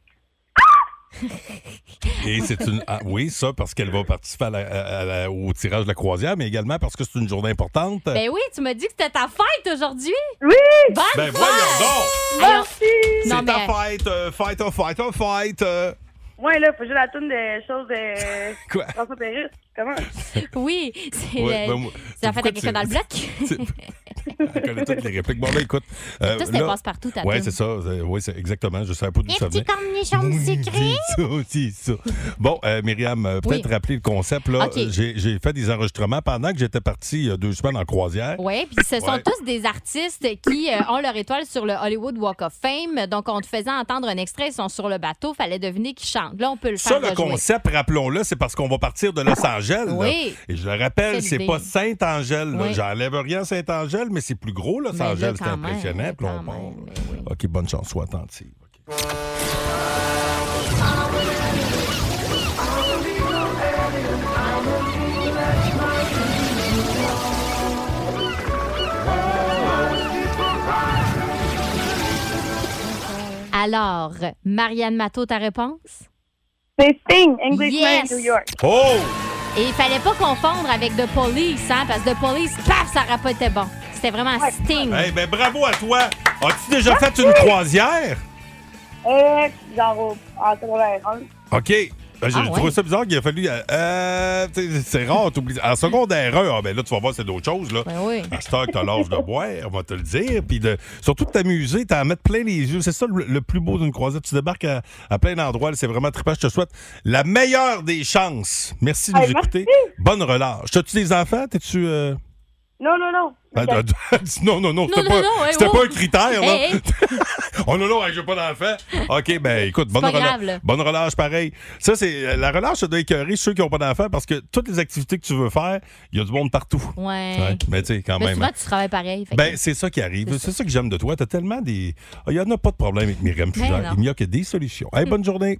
Speaker 3: Et c'est une. ah, oui, ça, parce qu'elle va participer à la- à- à la- au tirage de la croisière, mais également parce que c'est une journée importante.
Speaker 7: Ben oui, tu m'as dit que c'était ta fête aujourd'hui.
Speaker 17: Oui!
Speaker 7: Bonne
Speaker 3: Ben
Speaker 7: fête!
Speaker 3: voyons donc!
Speaker 7: Merci!
Speaker 3: C'est ta fête, euh, fight or fight or fight. euh.
Speaker 10: Ouais, là, faut juste la toune des choses de.
Speaker 3: Quoi?
Speaker 10: François Pérusse. Comment?
Speaker 7: Oui, c'est
Speaker 3: Ouais,
Speaker 7: le-
Speaker 3: ben moi-
Speaker 7: c'est la fête
Speaker 3: pourquoi
Speaker 7: à quelqu'un
Speaker 3: tu-
Speaker 7: dans le bloc.
Speaker 3: Elle connaît toutes les répliques. Bon, ben écoute. euh,
Speaker 7: Toi, c'était passe-partout, ta
Speaker 3: Ouais,
Speaker 7: toune.
Speaker 3: c'est ça. c'est- Oui, c'est exactement. Je savais pas d'où ça venait.
Speaker 7: cornichons sucrés.
Speaker 3: C'est ça, c'est ça. Bon, euh, Myriam, euh, peut-être
Speaker 7: Oui.
Speaker 3: rappeler le concept. Là,
Speaker 7: OK.
Speaker 3: Euh, j'ai, j'ai fait des enregistrements pendant que j'étais parti il y a deux semaines en croisière.
Speaker 7: Oui, puis ce sont
Speaker 3: Ouais.
Speaker 7: tous des artistes qui euh, ont leur étoile sur le Hollywood Walk of Fame. Donc, on te faisait entendre un extrait, ils sont sur le bateau, fallait deviner qui chante. Là, on peut le
Speaker 3: Ça,
Speaker 7: faire.
Speaker 3: le
Speaker 7: rejouer.
Speaker 3: concept, rappelons-le, c'est parce qu'on va partir de Los Angeles. là.
Speaker 7: Oui.
Speaker 3: Et je le rappelle,
Speaker 7: Quelle
Speaker 3: c'est
Speaker 7: idée.
Speaker 3: pas Saint-Angèle. là.
Speaker 7: Oui.
Speaker 3: J'enlève rien à Saint-Angèle, mais c'est plus gros, Los
Speaker 7: Mais là,
Speaker 3: Angeles. C'est
Speaker 7: quand même,
Speaker 3: impressionnant.
Speaker 7: mais
Speaker 3: Puis là, on
Speaker 7: quand
Speaker 3: part, là. OK, bonne chance. Sois attentive.
Speaker 7: Alors, Marianne Matteau, ta réponse?
Speaker 10: C'est Sting, Englishman,
Speaker 7: Yes!
Speaker 10: New York.
Speaker 3: Oh!
Speaker 7: Et il fallait pas confondre avec The Police, hein, parce que The Police, paf, ça aurait pas été bon. C'était vraiment Sting.
Speaker 3: Eh ben, bravo à toi. As-tu déjà fait une croisière?
Speaker 10: Euh, genre au- en 91.
Speaker 3: OK. Ben, j'ai
Speaker 7: Ah,
Speaker 3: trouvé
Speaker 7: ouais.
Speaker 3: ça bizarre qu'il a fallu. euh, euh, t'sais, c'est rare, t'oublies. En secondaire 1, ah, ben là, tu vas voir, c'est d'autres choses. Là.
Speaker 7: Ben oui.
Speaker 3: À cette heure que t'as l'âge de boire, on va te le dire. Puis de, surtout de t'amuser, t'en mettre plein les yeux. C'est ça le, le plus beau d'une croisade. Tu débarques à, à plein d'endroits. là, C'est vraiment trippant. Je te souhaite la meilleure des chances. Merci de nous
Speaker 10: Hey, merci.
Speaker 3: écouter. Bonne relâche. T'as-tu des enfants? T'es-tu. euh,
Speaker 10: Non, non, non.
Speaker 3: ah, t'as- t'as dit Non, non, non, c'était
Speaker 10: non,
Speaker 3: pas,
Speaker 10: non, ouais,
Speaker 3: c'était
Speaker 10: wow.
Speaker 3: pas un critère. Là.
Speaker 10: Hey,
Speaker 12: Eh,
Speaker 10: hey.
Speaker 3: oh non, non, hey, j'ai pas d'enfant. OK, ben écoute, bonne
Speaker 10: pas
Speaker 3: relâche.
Speaker 10: grave, là.
Speaker 3: Bonne relâche, pareil. Ça, c'est euh, la relâche, ça doit écœurer ceux qui n'ont pas d'enfants parce que toutes les activités que tu veux faire, il y a du monde partout.
Speaker 7: Ouais.
Speaker 3: ben, Ouais, mais tu sais, quand
Speaker 7: Mais
Speaker 3: même. hein.
Speaker 7: souvent, tu travailles pareil. fait que-
Speaker 3: Ben, c'est ça qui arrive. C'est ça. que j'aime de toi. T'as tellement des. Ah, Il y en a pas de problème avec Myriam
Speaker 1: Ben
Speaker 3: Fugère.
Speaker 1: non.
Speaker 3: Il n'y a que des solutions. Hey, bonne journée.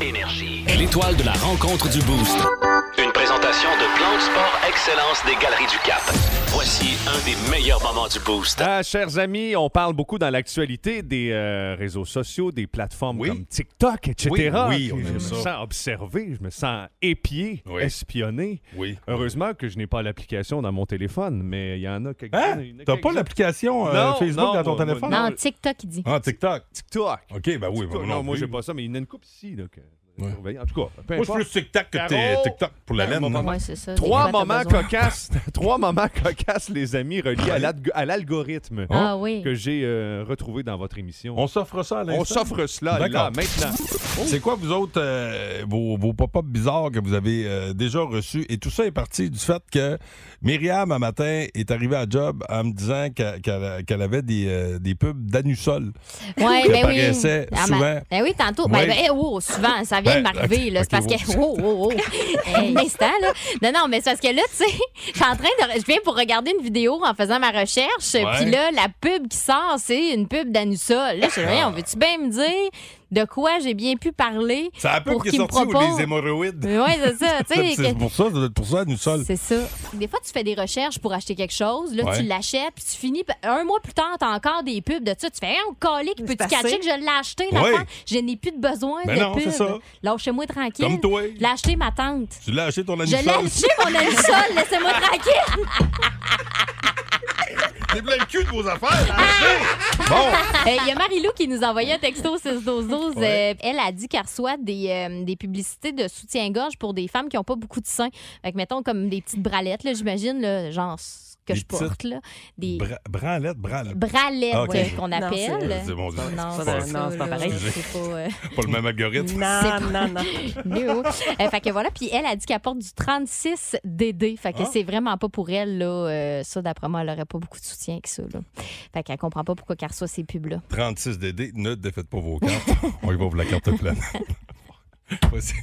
Speaker 2: Énergie. L'étoile de la rencontre du Boost. Une présentation de Plan de Sport Excellence des Galeries du Cap. Voici un des meilleurs moments du Boost.
Speaker 18: Ah, chers amis, on parle beaucoup dans l'actualité des euh, réseaux sociaux, des plateformes comme TikTok, etc.
Speaker 3: Oui, oui, on
Speaker 18: Puis je
Speaker 3: aime
Speaker 18: me
Speaker 3: ça.
Speaker 18: sens observé, je me sens épié, espionné. Heureusement que je n'ai pas l'application dans mon téléphone, mais il y en a quelques
Speaker 3: Hein? T'as pas l'application euh,
Speaker 18: Non,
Speaker 3: Facebook
Speaker 18: non,
Speaker 3: dans ton
Speaker 18: moi,
Speaker 3: téléphone?
Speaker 7: Non, TikTok, il dit.
Speaker 3: Ah, TikTok.
Speaker 18: TikTok.
Speaker 3: OK, ben oui.
Speaker 18: TikTok.
Speaker 3: ben
Speaker 18: non,
Speaker 3: non
Speaker 18: moi,
Speaker 3: plus.
Speaker 18: j'ai pas ça, mais il y en a une coupe ici. là, que- En tout cas, peu
Speaker 3: Moi, je suis
Speaker 18: importe.
Speaker 3: plus TikTok que t'es-
Speaker 18: Caro,
Speaker 3: TikTok pour la
Speaker 18: un
Speaker 3: laine,
Speaker 18: moment.
Speaker 3: non? Ouais, c'est ça,
Speaker 18: Trois
Speaker 3: des fois, t'as
Speaker 18: moments
Speaker 3: besoin.
Speaker 18: cocasses, trois moments cocasses, les amis, reliés à l'alg- à l'algorithme
Speaker 7: Ah oui.
Speaker 18: que j'ai euh, retrouvé dans votre émission.
Speaker 3: On s'offre ça à l'instant?
Speaker 18: On s'offre cela là,
Speaker 3: D'accord. Oh.
Speaker 18: maintenant.
Speaker 3: C'est quoi, vous autres, euh, vos, vos pop-up bizarres que vous avez euh, déjà reçus? Et tout ça est parti du fait que Myriam, un matin, est arrivée à job en me disant qu'a- qu'elle qu'elle avait des, euh, des pubs d'anusol
Speaker 7: Ouais, ben
Speaker 3: qui
Speaker 7: oui.
Speaker 3: apparaissaient
Speaker 7: Ah,
Speaker 3: souvent.
Speaker 7: ben- ben oui, tantôt. Ben,
Speaker 3: Oui.
Speaker 7: ben, eh, oh, souvent, ça vient
Speaker 3: Ben,
Speaker 7: de m'arriver.
Speaker 3: ok,
Speaker 7: là. C'est parce
Speaker 3: ok,
Speaker 7: que. Oh, oh, oh. Un instant, là. Non, non, mais c'est parce que là, tu sais, je suis en train de. Je viens pour regarder une vidéo en faisant ma recherche.
Speaker 13: Ouais.
Speaker 7: Puis là, la pub qui sort, c'est une pub d'Anusa. Là, je
Speaker 3: Ah.
Speaker 7: dis, on veut-tu bien me dire de quoi j'ai bien pu parler?
Speaker 3: C'est la pub
Speaker 7: pour
Speaker 3: qui est
Speaker 7: qu'il me
Speaker 3: sortie où
Speaker 7: propose-
Speaker 3: les hémorroïdes.
Speaker 7: Mais ouais, c'est ça, tu sais,
Speaker 3: c'est
Speaker 7: que-
Speaker 3: pour ça, c'est pour ça, anusol.
Speaker 7: C'est ça. Des fois, tu fais des recherches pour acheter quelque chose, là,
Speaker 3: Ouais.
Speaker 7: tu l'achètes, puis tu finis. puis Un mois plus tard, t'as encore des pubs de ça. Tu fais, un colique, peux-tu
Speaker 13: passé.
Speaker 7: catcher que je l'ai acheté,
Speaker 3: Ouais.
Speaker 7: l'enfant? Je n'ai plus de besoin
Speaker 3: Ben
Speaker 7: de
Speaker 3: non,
Speaker 7: pub.
Speaker 3: c'est ça.
Speaker 7: Lâchez-moi tranquille.
Speaker 3: Comme toi.
Speaker 7: Je l'ai acheté, ma tante.
Speaker 3: Tu l'as acheté ton
Speaker 7: Je
Speaker 3: anusol?
Speaker 7: l'ai acheté, mon anusol. Laissez-moi tranquille.
Speaker 3: T'es plein le cul de vos affaires. hein? Bon.
Speaker 7: Euh, Il y a Marie-Lou qui nous envoyait un texto 6 12 12
Speaker 13: Ouais.
Speaker 7: Euh, Elle a dit qu'elle reçoit des, euh, des publicités de soutien-gorge pour des femmes qui n'ont pas beaucoup de seins. Fait que, mettons, comme des petites bralettes, là, j'imagine, là, genre ce que
Speaker 3: Des
Speaker 7: je porte.
Speaker 3: petites
Speaker 7: Là. Des
Speaker 3: Bra- branlette, branlette.
Speaker 7: bralettes
Speaker 3: Ah, ok.
Speaker 7: euh, qu'on appelle.
Speaker 3: c'est- c'est bon, c'est- c'est
Speaker 7: non,
Speaker 3: pas-
Speaker 7: c'est
Speaker 3: c'est
Speaker 7: ça,
Speaker 8: pas
Speaker 7: là,
Speaker 8: pareil.
Speaker 7: c'est pas, euh,
Speaker 3: Pas le même algorithme.
Speaker 7: c'est pas- No. Euh, fait que voilà, puis elle a dit qu'elle porte du 36 DD. Fait que
Speaker 3: Ah.
Speaker 7: c'est vraiment pas pour elle, là. Euh, ça, d'après moi, elle aurait pas beaucoup de soutien que ça, là. Fait qu'elle comprend pas pourquoi qu'elle reçoit ces pubs-là.
Speaker 3: 36 DD, ne défaites pas vos cartes. On y va pour la carte pleine. Voici.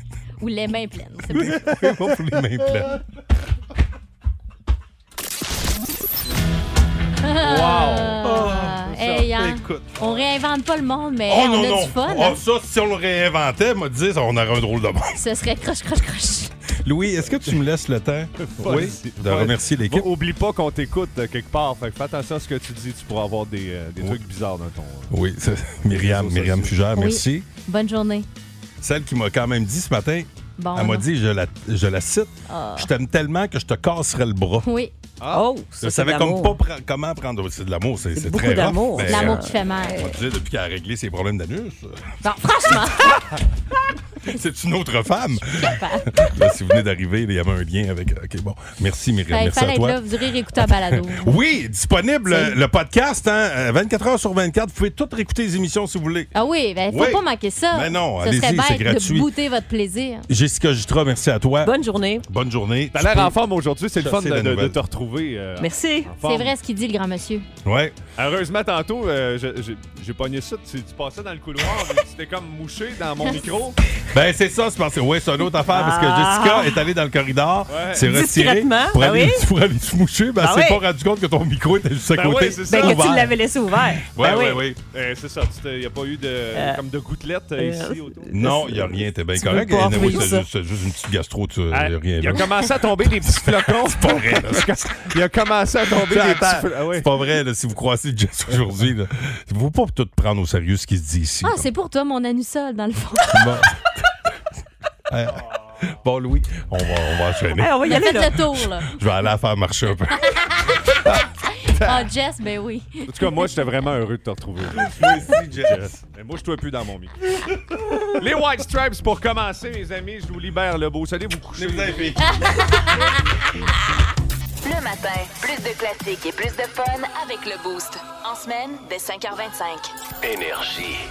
Speaker 7: Ou les mains pleines. c'est
Speaker 3: Oui,
Speaker 7: plus-
Speaker 3: oui, pas pour les mains pleines.
Speaker 7: Ah.
Speaker 3: Oh,
Speaker 7: Hey,
Speaker 3: ça,
Speaker 7: hein,
Speaker 3: écoute.
Speaker 7: on réinvente pas le monde, mais
Speaker 3: oh
Speaker 7: Eh, on
Speaker 3: non,
Speaker 7: a
Speaker 3: non.
Speaker 7: du fun.
Speaker 3: Oh,
Speaker 7: hein.
Speaker 3: ça, si on le réinventait, m'a dit, on aurait un drôle de monde.
Speaker 7: Ce serait croche, croche, croche.
Speaker 3: Louis, est-ce que tu me laisses le temps oui, de remercier l'équipe?
Speaker 18: Bon, oublie pas qu'on t'écoute euh, quelque part. Fait que fais attention à ce que tu dis. Tu pourras avoir des, euh, des trucs bizarres dans ton.
Speaker 3: Oui, ça- Myriam, Myriam Fugère,
Speaker 7: Oui.
Speaker 3: merci.
Speaker 7: Bonne journée.
Speaker 3: Celle qui m'a quand même dit ce matin,
Speaker 7: Bon,
Speaker 3: elle m'a
Speaker 7: non.
Speaker 3: dit, je la, je la cite,
Speaker 7: Ah.
Speaker 3: je t'aime tellement que je te casserais le bras.
Speaker 7: Oui.
Speaker 8: Oh,
Speaker 3: je Ah. savais comme pas pre- comment prendre. C'est de l'amour, c'est c'est
Speaker 8: beaucoup
Speaker 3: très rough,
Speaker 8: d'amour.
Speaker 3: mais,
Speaker 7: C'est de l'amour
Speaker 3: euh,
Speaker 7: qui fait mal.
Speaker 3: On disait depuis qu'elle a réglé ses problèmes d'anus, euh,
Speaker 7: Bon, franchement.
Speaker 3: c'est une autre femme.
Speaker 7: capable.
Speaker 3: Là, si vous venez d'arriver, il y avait un lien avec. OK, bon. Merci, Myriam.
Speaker 7: Ben, Fallait
Speaker 3: Merci à
Speaker 7: fallait être
Speaker 3: toi.
Speaker 7: là, vous rire, écouter un balado.
Speaker 3: Oui, disponible
Speaker 7: C'est-
Speaker 3: euh, le podcast, hein, euh, 24 heures sur 24. Vous pouvez toutes réécouter les émissions si vous voulez.
Speaker 7: Ah oui, ben, faut
Speaker 3: Oui.
Speaker 7: pas manquer ça.
Speaker 3: Ben non,
Speaker 7: Ce serait
Speaker 3: allez-y, c'est
Speaker 7: bête
Speaker 3: gratuit.
Speaker 7: de bouter votre plaisir.
Speaker 3: Jessica Jutra, merci à toi.
Speaker 8: Bonne journée.
Speaker 3: Bonne journée.
Speaker 18: T'as
Speaker 3: Tu
Speaker 18: l'air
Speaker 3: peux-
Speaker 18: en forme aujourd'hui. C'est le fun
Speaker 3: Chasser
Speaker 18: de,
Speaker 3: la
Speaker 18: de- de
Speaker 3: nouvelle.
Speaker 18: te retrouver. euh, en forme.
Speaker 7: C'est vrai ce qu'il dit, le grand monsieur.
Speaker 3: Ouais.
Speaker 18: Heureusement, tantôt, euh, je- j'ai- j'ai pogné ça. Tu, tu passais dans le couloir, mais tu t'es comme mouché dans mon micro.
Speaker 3: Ben, c'est ça, c'est parce que. Ouais, c'est une autre affaire parce que
Speaker 18: Ah.
Speaker 3: Jessica est allée dans le corridor,
Speaker 18: Ouais.
Speaker 3: s'est retirée.
Speaker 8: Discrètement,
Speaker 3: Pour,
Speaker 8: ben
Speaker 3: aller,
Speaker 8: oui.
Speaker 3: pour aller se moucher,
Speaker 8: Ben
Speaker 3: ben, elle s'est
Speaker 8: oui.
Speaker 3: pas rendu compte que ton micro était juste à
Speaker 18: Ben
Speaker 3: côté.
Speaker 18: oui, c'est ça.
Speaker 8: Ben, que tu
Speaker 3: Ouvert.
Speaker 8: l'avais laissé ouvert.
Speaker 3: Ouais,
Speaker 8: Ben
Speaker 3: ouais,
Speaker 8: oui.
Speaker 3: oui.
Speaker 18: Euh, c'est ça. Il n'y a pas eu de, comme de gouttelettes euh,
Speaker 8: euh,
Speaker 18: ici autour.
Speaker 3: Non, il n'y a rien, t'es bien
Speaker 18: Tu
Speaker 3: correct.
Speaker 18: peux pas
Speaker 3: Anyway,
Speaker 18: revivre
Speaker 3: c'est
Speaker 18: ça.
Speaker 3: juste, c'est juste une petite gastro, tu y a
Speaker 18: Ah,
Speaker 3: rien.
Speaker 18: Il a
Speaker 3: là.
Speaker 18: commencé à tomber des petits flocons.
Speaker 3: C'est pas vrai, là.
Speaker 18: Il a commencé à tomber des Ah
Speaker 3: Attends,
Speaker 18: petits flocons.
Speaker 3: C'est pas vrai, là, si vous croisez Jess aujourd'hui. là. Faut pas tout prendre au sérieux ce qui se dit ici.
Speaker 7: Ah, c'est pour toi, mon anusol, dans le fond.
Speaker 3: Bon. Euh, bon, Louis, on va, on va enchaîner.
Speaker 7: Hey, Ah, on va y aller, Faites là. le tour, là.
Speaker 3: Je vais aller la faire marcher un peu.
Speaker 7: Ah, Jess, ben oui.
Speaker 18: En tout cas, moi, j'étais vraiment heureux de te retrouver. Yes. Mais moi, je ne plus dans mon micro. Les White Stripes, pour commencer, mes amis, je vous libère le beau. Allez vous coucher.
Speaker 1: Le matin, plus de classiques et plus de fun avec le Boost. En semaine, dès 5h25.
Speaker 2: Énergie.